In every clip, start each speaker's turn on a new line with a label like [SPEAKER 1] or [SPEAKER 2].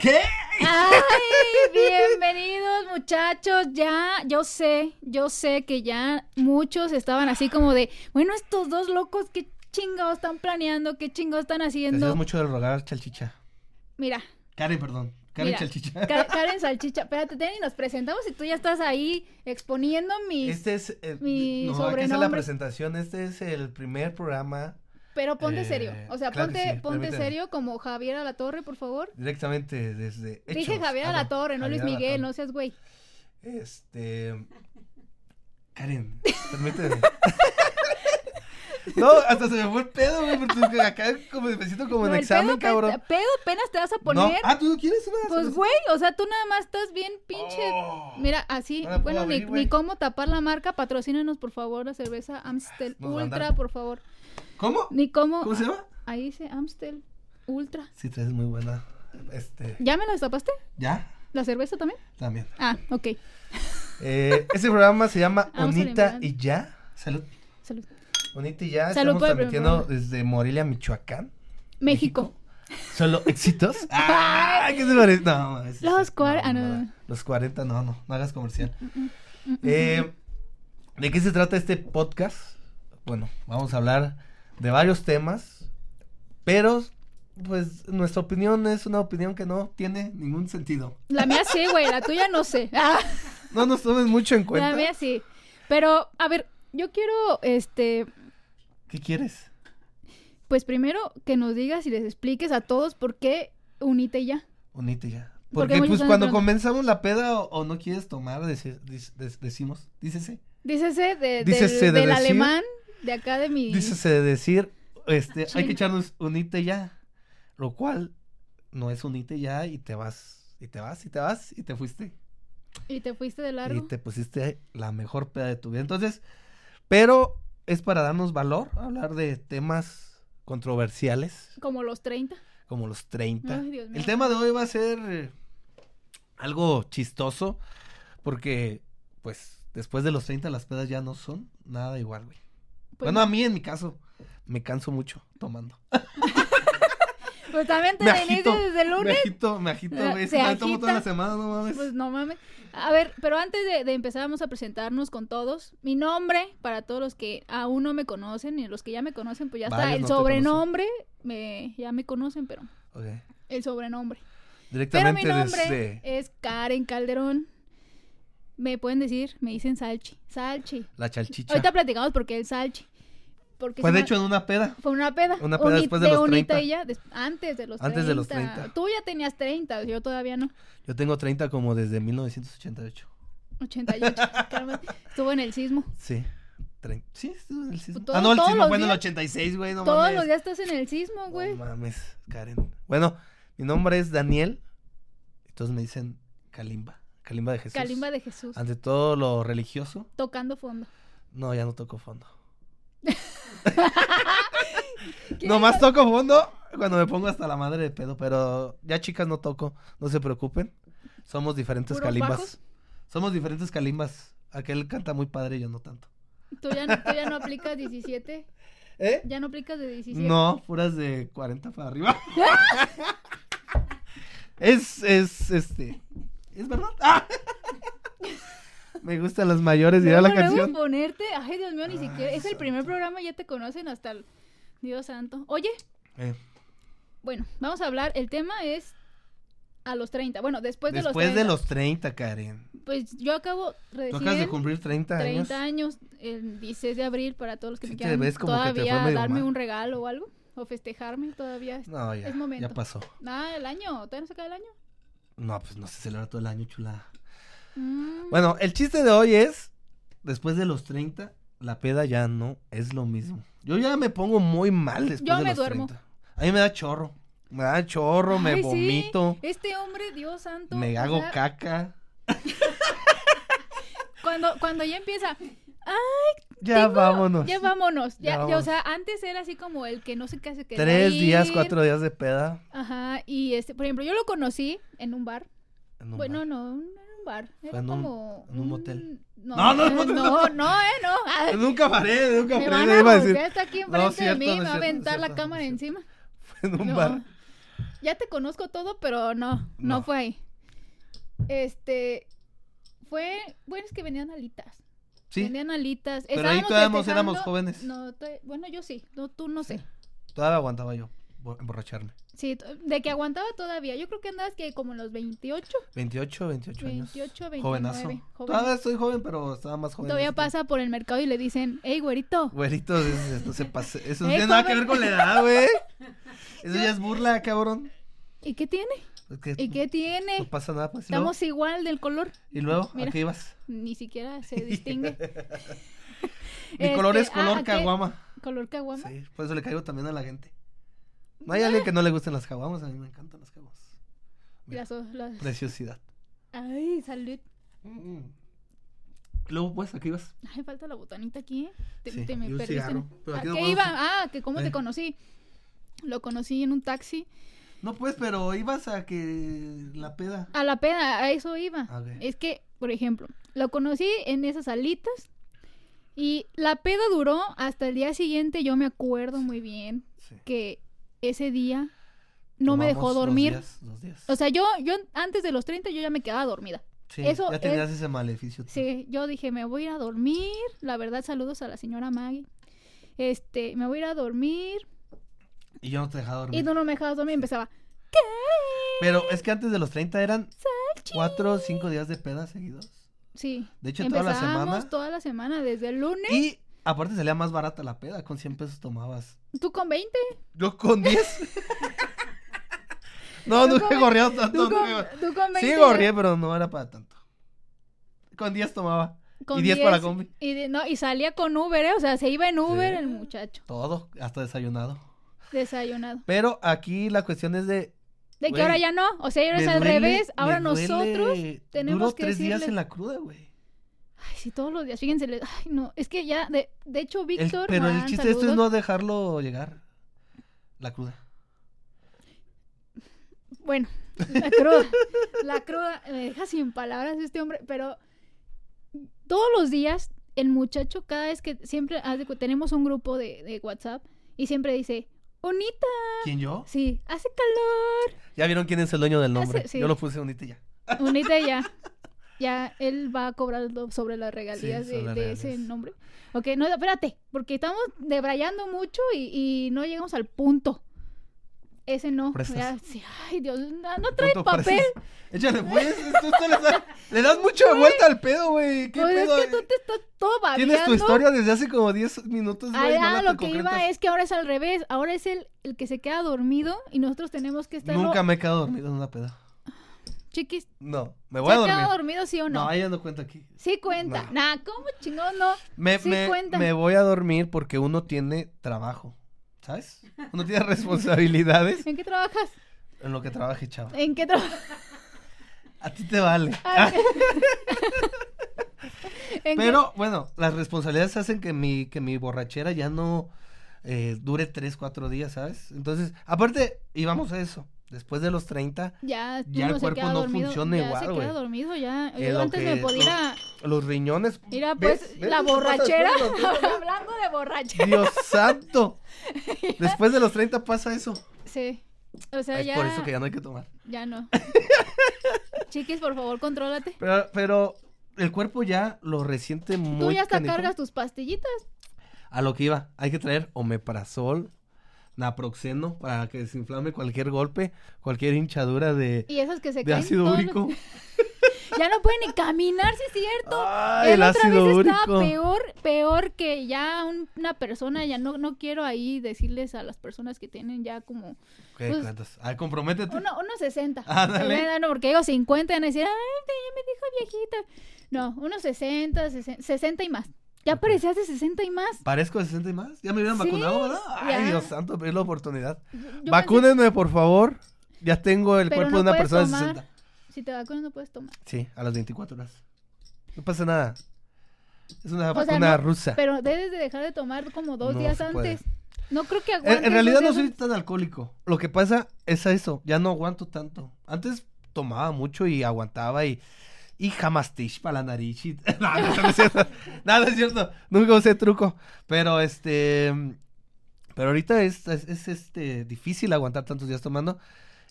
[SPEAKER 1] ¿Qué?
[SPEAKER 2] Ay, bienvenidos muchachos, ya, yo sé, yo sé que ya muchos estaban así como de, bueno, estos dos locos, ¿qué chingados están planeando? ¿Qué chingados están
[SPEAKER 1] Te hacías
[SPEAKER 2] haciendo?
[SPEAKER 1] mucho de rogar chalchicha.
[SPEAKER 2] Mira,
[SPEAKER 1] Karen, perdón. Karen
[SPEAKER 2] Mira,
[SPEAKER 1] Chalchicha.
[SPEAKER 2] Ka- Karen Salchicha, espérate, Teni, nos presentamos y tú ya estás ahí exponiendo mis...
[SPEAKER 1] Este es. eh,
[SPEAKER 2] mi
[SPEAKER 1] no, hay que hacer la
[SPEAKER 2] sobrenombre.
[SPEAKER 1] presentación. Este es el primer programa
[SPEAKER 2] Pero ponte
[SPEAKER 1] eh,
[SPEAKER 2] serio, o sea,
[SPEAKER 1] claro que
[SPEAKER 2] ponte,
[SPEAKER 1] sí,
[SPEAKER 2] ponte
[SPEAKER 1] permíteme.
[SPEAKER 2] serio como Javier a la Torre, por favor.
[SPEAKER 1] directamente desde.
[SPEAKER 2] Dije
[SPEAKER 1] Hechos.
[SPEAKER 2] Javier
[SPEAKER 1] Ah,
[SPEAKER 2] a la Torre, no
[SPEAKER 1] Javier
[SPEAKER 2] Luis Miguel, no
[SPEAKER 1] Alatorre.
[SPEAKER 2] seas güey.
[SPEAKER 1] Este. Karen, permíteme. no, hasta se me fue el pedo, güey, porque acá como, me siento como
[SPEAKER 2] No,
[SPEAKER 1] en
[SPEAKER 2] el
[SPEAKER 1] examen,
[SPEAKER 2] pedo, que-
[SPEAKER 1] cabrón.
[SPEAKER 2] pedo apenas te vas a
[SPEAKER 1] No.
[SPEAKER 2] poner.
[SPEAKER 1] Ah, ¿tú no quieres una?
[SPEAKER 2] Pues güey, o sea, tú nada más estás bien pinche.
[SPEAKER 1] Oh.
[SPEAKER 2] Mira, así,
[SPEAKER 1] No la puedo
[SPEAKER 2] bueno, ni,
[SPEAKER 1] abrir, güey.
[SPEAKER 2] ni cómo tapar la marca, patrocínanos por favor la cerveza Amstel
[SPEAKER 1] Nos van a
[SPEAKER 2] Ultra,
[SPEAKER 1] dar-
[SPEAKER 2] por favor.
[SPEAKER 1] ¿Cómo?
[SPEAKER 2] Ni cómo.
[SPEAKER 1] ¿Cómo se llama?
[SPEAKER 2] Ahí dice Amstel Ultra.
[SPEAKER 1] Sí, traes muy buena. Este,
[SPEAKER 2] ¿Ya me la destapaste?
[SPEAKER 1] ¿ya?
[SPEAKER 2] ¿La cerveza también?
[SPEAKER 1] También.
[SPEAKER 2] Ah, ok.
[SPEAKER 1] Eh, ese programa se llama
[SPEAKER 2] Vamos a
[SPEAKER 1] Onita
[SPEAKER 2] alimentar.
[SPEAKER 1] y Ya. Salud.
[SPEAKER 2] Salud.
[SPEAKER 1] Onita y Ya. Estamos
[SPEAKER 2] Salud por el primer
[SPEAKER 1] transmitiendo
[SPEAKER 2] programa.
[SPEAKER 1] desde Morelia, Michoacán.
[SPEAKER 2] México.
[SPEAKER 1] Solo éxitos. ¡Ay! ¿Qué se parece? No, es-
[SPEAKER 2] Los
[SPEAKER 1] no,
[SPEAKER 2] cuar- ah, no. Mm,
[SPEAKER 1] nada. Los 40, no, no. No hagas comercial. Eh, ¿De qué se trata este podcast? Bueno, vamos a hablar de varios temas, pero pues nuestra opinión es una opinión que no tiene ningún sentido.
[SPEAKER 2] La mía sí, güey, la tuya no sé. Ah,
[SPEAKER 1] No nos tomen mucho en cuenta.
[SPEAKER 2] la mía sí. Pero, a ver, yo quiero, este,
[SPEAKER 1] ¿Qué quieres?
[SPEAKER 2] pues primero que nos digas y les expliques a todos por qué unite ya.
[SPEAKER 1] Unite ya.
[SPEAKER 2] ¿Por
[SPEAKER 1] Porque
[SPEAKER 2] qué muchos
[SPEAKER 1] pues
[SPEAKER 2] están
[SPEAKER 1] cuando
[SPEAKER 2] entrando?
[SPEAKER 1] comenzamos la peda o, o no quieres tomar, deci- dis- des- decimos, dícese.
[SPEAKER 2] Dícese, de-
[SPEAKER 1] Dícese
[SPEAKER 2] del,
[SPEAKER 1] de
[SPEAKER 2] del
[SPEAKER 1] decir-
[SPEAKER 2] alemán, de acá de mi...
[SPEAKER 1] Dícese de decir, este, hay
[SPEAKER 2] Chin.
[SPEAKER 1] que echarnos unite ya. Lo cual no es unite ya y te vas, y te vas, y te vas, y te fuiste.
[SPEAKER 2] Y te fuiste de largo.
[SPEAKER 1] Y te pusiste la mejor peda de tu vida. Entonces, pero es para darnos valor, hablar de temas controversiales,
[SPEAKER 2] Como los 30.
[SPEAKER 1] como los 30.
[SPEAKER 2] Ay, Dios mío.
[SPEAKER 1] El tema de hoy va a ser eh, algo chistoso, porque, pues, después de los 30 las pedas ya no son nada igual, güey.
[SPEAKER 2] Pues,
[SPEAKER 1] bueno, a mí en mi caso, me canso mucho tomando.
[SPEAKER 2] pues también te
[SPEAKER 1] me
[SPEAKER 2] inicias
[SPEAKER 1] agito,
[SPEAKER 2] desde el
[SPEAKER 1] Me
[SPEAKER 2] lunes.
[SPEAKER 1] agito, me agito,
[SPEAKER 2] Ah,
[SPEAKER 1] güey.
[SPEAKER 2] se
[SPEAKER 1] Si me tomo toda la
[SPEAKER 2] agita.
[SPEAKER 1] semana, no mames.
[SPEAKER 2] Pues no mames. A ver, pero antes de, de empezar vamos a presentarnos con todos. Mi nombre, para todos los que aún no me conocen y los que ya me conocen, pues ya está.
[SPEAKER 1] Varios
[SPEAKER 2] El
[SPEAKER 1] no te
[SPEAKER 2] sobrenombre, me, ya me conocen, pero
[SPEAKER 1] Ok.
[SPEAKER 2] el sobrenombre. Pero mi
[SPEAKER 1] Directamente
[SPEAKER 2] nombre
[SPEAKER 1] desde
[SPEAKER 2] es Karen Calderón. Me pueden decir, me dicen Salchi. Salchi.
[SPEAKER 1] la chalchicha.
[SPEAKER 2] Ahorita platicamos porque el Salchi. Porque
[SPEAKER 1] Pues
[SPEAKER 2] se
[SPEAKER 1] de
[SPEAKER 2] ma-
[SPEAKER 1] hecho en una peda.
[SPEAKER 2] Fue una peda.
[SPEAKER 1] Una peda
[SPEAKER 2] Uni-
[SPEAKER 1] después de los
[SPEAKER 2] unita
[SPEAKER 1] 30.
[SPEAKER 2] y ya, des- antes de los
[SPEAKER 1] Antes de los 30.
[SPEAKER 2] Tú ya tenías 30, yo todavía no.
[SPEAKER 1] Yo tengo 30 como desde 1988.
[SPEAKER 2] 88. caramba, Estuvo en el sismo.
[SPEAKER 1] Sí. trein- Sí, estuvo en el sismo.
[SPEAKER 2] Todo-
[SPEAKER 1] ah, no, el
[SPEAKER 2] Pues todos
[SPEAKER 1] sismo
[SPEAKER 2] los
[SPEAKER 1] fue en el
[SPEAKER 2] días-
[SPEAKER 1] 86, güey, no
[SPEAKER 2] Todos
[SPEAKER 1] mames.
[SPEAKER 2] los días estás en el sismo, güey.
[SPEAKER 1] No mames, Karen. Bueno, mi nombre es Daniel. Entonces me dicen Kalimba. Kalimba de Jesús.
[SPEAKER 2] Calimba de Jesús.
[SPEAKER 1] Ante todo lo religioso.
[SPEAKER 2] Tocando fondo.
[SPEAKER 1] No, ya no toco fondo. Nomás toco fondo cuando me pongo hasta la madre de pedo. Pero ya, chicas, no toco. No se preocupen. Somos diferentes
[SPEAKER 2] ¿Puros
[SPEAKER 1] Kalimbas.
[SPEAKER 2] bajos?
[SPEAKER 1] Somos diferentes Kalimbas. Aquel canta muy padre, yo no tanto.
[SPEAKER 2] ¿Tú ya, no- tú ya no aplicas 17.
[SPEAKER 1] ¿Eh?
[SPEAKER 2] Ya no aplicas de 17.
[SPEAKER 1] No, puras de 40 para arriba. es, es, este. Es verdad. ¡Ah! Me gustan las mayores, dirá
[SPEAKER 2] Luego,
[SPEAKER 1] la
[SPEAKER 2] luego
[SPEAKER 1] canción.
[SPEAKER 2] ponerte. Ay, Dios mío, ni
[SPEAKER 1] Ay,
[SPEAKER 2] siquiera. Es el
[SPEAKER 1] santo.
[SPEAKER 2] primer programa, ya te conocen hasta el. Dios santo. Oye,
[SPEAKER 1] Eh,
[SPEAKER 2] bueno, vamos a hablar. El tema es. A los 30. Bueno, después,
[SPEAKER 1] después
[SPEAKER 2] de
[SPEAKER 1] de
[SPEAKER 2] los 30.
[SPEAKER 1] los 30, Karen.
[SPEAKER 2] Pues yo acabo
[SPEAKER 1] Tú
[SPEAKER 2] recién.
[SPEAKER 1] acabas de cumplir 30,
[SPEAKER 2] 30
[SPEAKER 1] años.
[SPEAKER 2] años, el 16 de abril, para todos los que
[SPEAKER 1] Sí
[SPEAKER 2] me
[SPEAKER 1] te
[SPEAKER 2] quieran
[SPEAKER 1] ves como que te
[SPEAKER 2] todavía
[SPEAKER 1] fue medio
[SPEAKER 2] darme
[SPEAKER 1] mal.
[SPEAKER 2] un regalo o algo, o festejarme todavía. es-
[SPEAKER 1] No, ya.
[SPEAKER 2] Es momento.
[SPEAKER 1] Ya pasó.
[SPEAKER 2] Nada, el año, todavía no se acaba el año.
[SPEAKER 1] No, pues no se celebra todo el año, chula.
[SPEAKER 2] Mm,
[SPEAKER 1] Bueno, el chiste de hoy es: después de los 30, la peda ya no es lo mismo. Yo ya me pongo muy mal después
[SPEAKER 2] Yo
[SPEAKER 1] de
[SPEAKER 2] me
[SPEAKER 1] los
[SPEAKER 2] duermo.
[SPEAKER 1] 30. A mí me da chorro. Me da chorro, me
[SPEAKER 2] ay, sí,
[SPEAKER 1] vomito.
[SPEAKER 2] Este hombre, Dios santo.
[SPEAKER 1] Me
[SPEAKER 2] o
[SPEAKER 1] hago
[SPEAKER 2] sea,
[SPEAKER 1] caca.
[SPEAKER 2] cuando, cuando ya empieza,
[SPEAKER 1] Ya
[SPEAKER 2] tengo-
[SPEAKER 1] vámonos.
[SPEAKER 2] ya vámonos. Ya,
[SPEAKER 1] Ya
[SPEAKER 2] ya,
[SPEAKER 1] vámonos.
[SPEAKER 2] o sea, antes era así como el que no se qué se quería
[SPEAKER 1] Tres días,
[SPEAKER 2] ir.
[SPEAKER 1] cuatro días de peda.
[SPEAKER 2] Ajá, y este, por ejemplo, yo lo conocí en un bar.
[SPEAKER 1] en un
[SPEAKER 2] bueno,
[SPEAKER 1] bar.
[SPEAKER 2] no, no era un bar. Era
[SPEAKER 1] en un-
[SPEAKER 2] como.
[SPEAKER 1] en un motel.
[SPEAKER 2] No,
[SPEAKER 1] No, no,
[SPEAKER 2] eh,
[SPEAKER 1] no, no,
[SPEAKER 2] no, no, eh, no. Ay,
[SPEAKER 1] Nunca paré, nunca
[SPEAKER 2] Me
[SPEAKER 1] paré.
[SPEAKER 2] van
[SPEAKER 1] le
[SPEAKER 2] a
[SPEAKER 1] iba a
[SPEAKER 2] golpear,
[SPEAKER 1] decir.
[SPEAKER 2] está aquí
[SPEAKER 1] No,
[SPEAKER 2] enfrente de
[SPEAKER 1] cierto,
[SPEAKER 2] mí,
[SPEAKER 1] no es
[SPEAKER 2] me va a
[SPEAKER 1] cierto, no es
[SPEAKER 2] aventar
[SPEAKER 1] cierto, no
[SPEAKER 2] la
[SPEAKER 1] es
[SPEAKER 2] cámara
[SPEAKER 1] cierto.
[SPEAKER 2] encima.
[SPEAKER 1] En un
[SPEAKER 2] No.
[SPEAKER 1] bar.
[SPEAKER 2] ya te conozco todo, pero no, no,
[SPEAKER 1] No.
[SPEAKER 2] fue ahí. Este, fue, bueno, es que vendían alitas.
[SPEAKER 1] Sí,
[SPEAKER 2] Vendían alitas.
[SPEAKER 1] Pero ahí
[SPEAKER 2] Estábamos
[SPEAKER 1] todavía éramos-
[SPEAKER 2] festejando-
[SPEAKER 1] éramos jóvenes.
[SPEAKER 2] No, to- bueno, yo sí, no, tú no sé.
[SPEAKER 1] todavía aguantaba yo bo- emborracharme.
[SPEAKER 2] Sí, to- de que aguantaba todavía. Yo creo que andabas que como en los 28,
[SPEAKER 1] 28, 28 años.
[SPEAKER 2] 28, 29.
[SPEAKER 1] Jovenazo.
[SPEAKER 2] joven.
[SPEAKER 1] Todavía estoy joven, pero estaba más joven.
[SPEAKER 2] Todavía
[SPEAKER 1] este.
[SPEAKER 2] pasa por el mercado y le dicen, hey, güerito.
[SPEAKER 1] Güeritos, eso, esto se pase- eso no
[SPEAKER 2] Eh,
[SPEAKER 1] tiene nada que
[SPEAKER 2] joven.
[SPEAKER 1] ver con la edad, güey. Eso ya es burla, cabrón.
[SPEAKER 2] ¿Y qué tiene?
[SPEAKER 1] Es que
[SPEAKER 2] ¿Y qué
[SPEAKER 1] No
[SPEAKER 2] tiene?
[SPEAKER 1] pasa nada. Pues, ¿y luego?
[SPEAKER 2] Estamos igual del color.
[SPEAKER 1] ¿Y luego?
[SPEAKER 2] Mira.
[SPEAKER 1] ¿A qué ibas?
[SPEAKER 2] Ni siquiera se distingue.
[SPEAKER 1] Mi color
[SPEAKER 2] Este,
[SPEAKER 1] es color
[SPEAKER 2] ah, ¿qué?
[SPEAKER 1] caguama.
[SPEAKER 2] ¿Color caguama?
[SPEAKER 1] Sí, por eso le caigo también a la gente. No hay alguien que no le gusten las caguamas, a mí me encantan las caguamas.
[SPEAKER 2] Las o- las-
[SPEAKER 1] Preciosidad.
[SPEAKER 2] Ay, salud.
[SPEAKER 1] Mm. Luego, pues, ¿a qué ibas?
[SPEAKER 2] Ay, falta la botanita aquí, ¿eh? Te,
[SPEAKER 1] Sí,
[SPEAKER 2] te me
[SPEAKER 1] y un
[SPEAKER 2] perdiste.
[SPEAKER 1] cigarro, pero
[SPEAKER 2] ¿A
[SPEAKER 1] aquí no
[SPEAKER 2] qué
[SPEAKER 1] podemos-
[SPEAKER 2] iba? Ah, que cómo
[SPEAKER 1] Eh.
[SPEAKER 2] te conocí. Lo conocí en un taxi.
[SPEAKER 1] No, pues, pero ibas a que la peda.
[SPEAKER 2] A la peda, a eso iba.
[SPEAKER 1] Ah, ok.
[SPEAKER 2] Ah, Es que, por ejemplo, lo conocí en esas alitas. Y la peda duró hasta el día siguiente. Yo me acuerdo muy bien
[SPEAKER 1] Sí.
[SPEAKER 2] que ese día no me dejó
[SPEAKER 1] Tomamos dos
[SPEAKER 2] dormir.
[SPEAKER 1] días, dos días.
[SPEAKER 2] O sea, yo, yo antes de los 30 yo ya me quedaba dormida.
[SPEAKER 1] Sí,
[SPEAKER 2] eso
[SPEAKER 1] ya
[SPEAKER 2] es-
[SPEAKER 1] tenías ese maleficio. tú.
[SPEAKER 2] Sí, yo dije, me voy a ir a dormir. La verdad, saludos a la señora Maggie. Este, me voy a ir a dormir.
[SPEAKER 1] Y yo no te dejaba dormir.
[SPEAKER 2] Y tú no me dejabas dormir. Empezaba,
[SPEAKER 1] Pero es que antes de los 30 eran cuatro o cinco días de peda seguidos.
[SPEAKER 2] sí.
[SPEAKER 1] De hecho, toda la semana.
[SPEAKER 2] toda la semana, desde el lunes.
[SPEAKER 1] Y aparte salía más barata la peda, con 100 pesos tomabas.
[SPEAKER 2] Tú con 20.
[SPEAKER 1] Yo con 10. no,
[SPEAKER 2] Tú
[SPEAKER 1] nunca he
[SPEAKER 2] con-
[SPEAKER 1] gorreado
[SPEAKER 2] Tú
[SPEAKER 1] tanto.
[SPEAKER 2] con,
[SPEAKER 1] nunca he-
[SPEAKER 2] tú con 20.
[SPEAKER 1] Sí,
[SPEAKER 2] yo-
[SPEAKER 1] gorreé, pero no era para tanto. Con 10 tomaba.
[SPEAKER 2] con
[SPEAKER 1] y 10 para
[SPEAKER 2] 10,
[SPEAKER 1] combi.
[SPEAKER 2] Y, de- no, y salía con Uber, ¿eh? O sea, se iba en Uber
[SPEAKER 1] Sí.
[SPEAKER 2] el muchacho,
[SPEAKER 1] Todo, hasta desayunado.
[SPEAKER 2] desayunado.
[SPEAKER 1] Pero aquí la cuestión es de.
[SPEAKER 2] De que
[SPEAKER 1] Güey,
[SPEAKER 2] ahora ya no, o sea, ahora es
[SPEAKER 1] me
[SPEAKER 2] al
[SPEAKER 1] duele-
[SPEAKER 2] revés.
[SPEAKER 1] me
[SPEAKER 2] Ahora
[SPEAKER 1] duele.
[SPEAKER 2] nosotros. tenemos
[SPEAKER 1] Duró
[SPEAKER 2] que
[SPEAKER 1] tres días
[SPEAKER 2] decirle-
[SPEAKER 1] en la cruda, güey.
[SPEAKER 2] Ay, sí, todos los días, fíjense. le- Ay, no, es que ya, de, de hecho,
[SPEAKER 1] El-
[SPEAKER 2] Víctor.
[SPEAKER 1] pero el
[SPEAKER 2] Juan,
[SPEAKER 1] chiste de esto es
[SPEAKER 2] saludos.
[SPEAKER 1] no dejarlo llegar. La cruda.
[SPEAKER 2] Bueno, la cruda. la cruda. Me deja sin palabras este hombre, pero todos los días, el muchacho, cada vez que siempre haz de cu- tenemos un grupo de, de WhatsApp y siempre dice: Unita,
[SPEAKER 1] ¿Quién yo?
[SPEAKER 2] sí, hace calor.
[SPEAKER 1] Ya vieron quién es el dueño del nombre.
[SPEAKER 2] Ese- sí.
[SPEAKER 1] Yo lo puse unita y ya.
[SPEAKER 2] Unita ya. Ya él va a cobrar lo- sobre las regalías
[SPEAKER 1] sobre
[SPEAKER 2] de,
[SPEAKER 1] las
[SPEAKER 2] de ese
[SPEAKER 1] regalías.
[SPEAKER 2] nombre. Ok, no, espérate, porque estamos debrayando mucho y, y no llegamos al punto. Ese no.
[SPEAKER 1] Prestas.
[SPEAKER 2] ya, sí, ay, Dios, no, no trae
[SPEAKER 1] Punto
[SPEAKER 2] papel.
[SPEAKER 1] frases. Échale, pues. Esto, esto le, da- le das mucha vuelta al pedo, güey. ¿Qué
[SPEAKER 2] Pues
[SPEAKER 1] pedo?
[SPEAKER 2] es que tú te estás todo babeando.
[SPEAKER 1] Tienes tu historia desde hace como 10 minutos,
[SPEAKER 2] Ah,
[SPEAKER 1] güey. no
[SPEAKER 2] ah,
[SPEAKER 1] la
[SPEAKER 2] lo que iba
[SPEAKER 1] concretas.
[SPEAKER 2] es que ahora es al revés. Ahora es el, el que se queda dormido y nosotros tenemos que estar.
[SPEAKER 1] Nunca me he quedado dormido en una peda.
[SPEAKER 2] Chiquis,
[SPEAKER 1] No, me
[SPEAKER 2] ¿se
[SPEAKER 1] voy a
[SPEAKER 2] ha
[SPEAKER 1] dormir.
[SPEAKER 2] quedado dormido sí o no?
[SPEAKER 1] No, ella no cuenta aquí.
[SPEAKER 2] Sí cuenta.
[SPEAKER 1] No.
[SPEAKER 2] Nah, ¿cómo chingón no?
[SPEAKER 1] Me,
[SPEAKER 2] Sí
[SPEAKER 1] me-
[SPEAKER 2] cuenta.
[SPEAKER 1] me voy a dormir porque uno tiene trabajo, ¿sabes? Uno tiene responsabilidades
[SPEAKER 2] ¿En qué trabajas?
[SPEAKER 1] en lo que trabaje, chava.
[SPEAKER 2] ¿En qué trabajas?
[SPEAKER 1] A ti te vale.
[SPEAKER 2] ¿En qué-
[SPEAKER 1] Pero bueno, las responsabilidades hacen que mi, que mi borrachera ya no eh, dure 3, 4 días, ¿sabes? Entonces, aparte, íbamos a eso. Después de los 30,
[SPEAKER 2] ya,
[SPEAKER 1] ya el
[SPEAKER 2] uno se
[SPEAKER 1] cuerpo
[SPEAKER 2] queda
[SPEAKER 1] no
[SPEAKER 2] dormido,
[SPEAKER 1] funciona
[SPEAKER 2] ya
[SPEAKER 1] igual,
[SPEAKER 2] se
[SPEAKER 1] güey.
[SPEAKER 2] queda dormido ya.
[SPEAKER 1] Eh,
[SPEAKER 2] Yo
[SPEAKER 1] lo
[SPEAKER 2] antes me
[SPEAKER 1] que-
[SPEAKER 2] podía ir a-
[SPEAKER 1] los riñones.
[SPEAKER 2] Mira,
[SPEAKER 1] ¿ves?
[SPEAKER 2] pues,
[SPEAKER 1] ¿Ves
[SPEAKER 2] la
[SPEAKER 1] lo que pasa después
[SPEAKER 2] borrachera.
[SPEAKER 1] de los 30?
[SPEAKER 2] hablando de borrachera.
[SPEAKER 1] Dios santo. Después de los 30 pasa eso.
[SPEAKER 2] Sí. O sea,
[SPEAKER 1] es
[SPEAKER 2] ya.
[SPEAKER 1] por eso que ya no hay que tomar.
[SPEAKER 2] Ya no. Chiquis, por favor, contrólate.
[SPEAKER 1] Pero, pero el cuerpo ya lo resiente muy
[SPEAKER 2] Tú ya hasta
[SPEAKER 1] canijo.
[SPEAKER 2] cargas tus pastillitas.
[SPEAKER 1] A lo que iba, hay que traer omeprazol, naproxeno para que desinflame cualquier golpe, cualquier hinchadura de,
[SPEAKER 2] Y esas que se
[SPEAKER 1] de
[SPEAKER 2] caen.
[SPEAKER 1] ácido
[SPEAKER 2] todos los-
[SPEAKER 1] úrico.
[SPEAKER 2] Ya no pueden ni caminar, sí es cierto.
[SPEAKER 1] Ay, el
[SPEAKER 2] Él otra vez
[SPEAKER 1] ácido úrico.
[SPEAKER 2] estaba peor, peor que ya un- una persona. Ya no, no quiero ahí decirles a las personas que tienen ya como
[SPEAKER 1] ¿Qué
[SPEAKER 2] Pues-
[SPEAKER 1] cuentas? Ay, comprométete.
[SPEAKER 2] Uno, unos 60.
[SPEAKER 1] Ándale.
[SPEAKER 2] Eh, no, porque digo 50 y van a decir, ay, ya me dijo viejita. No, unos 60, 60, 60 y más. Ya parecías de 60 y más.
[SPEAKER 1] Parezco de 60 y más. Ya me hubieran
[SPEAKER 2] Sí,
[SPEAKER 1] vacunado, ¿verdad? Ay,
[SPEAKER 2] ya.
[SPEAKER 1] Dios santo, pero es la oportunidad.
[SPEAKER 2] Yo
[SPEAKER 1] Vacúnenme, por favor. Ya tengo el
[SPEAKER 2] Pero
[SPEAKER 1] cuerpo
[SPEAKER 2] no
[SPEAKER 1] de una
[SPEAKER 2] puedes
[SPEAKER 1] persona
[SPEAKER 2] tomar.
[SPEAKER 1] de 60.
[SPEAKER 2] pensé, si te vacunas no puedes tomar.
[SPEAKER 1] Sí, a las 24 horas. No pasa nada. Es una
[SPEAKER 2] sea,
[SPEAKER 1] vacuna
[SPEAKER 2] no,
[SPEAKER 1] rusa.
[SPEAKER 2] Pero debes de dejar de tomar como dos
[SPEAKER 1] No
[SPEAKER 2] días
[SPEAKER 1] se puede.
[SPEAKER 2] antes. No creo que aguantes.
[SPEAKER 1] En, en realidad
[SPEAKER 2] dos
[SPEAKER 1] no
[SPEAKER 2] días
[SPEAKER 1] soy
[SPEAKER 2] antes.
[SPEAKER 1] tan alcohólico. Lo que pasa es eso. Ya no aguanto tanto. Antes tomaba mucho y aguantaba y. Y jamás tish para la nariz. y- no, no, no es cierto. No, no es cierto. Nunca usé truco. Pero este. Pero ahorita es, es- es, este, difícil aguantar tantos días tomando.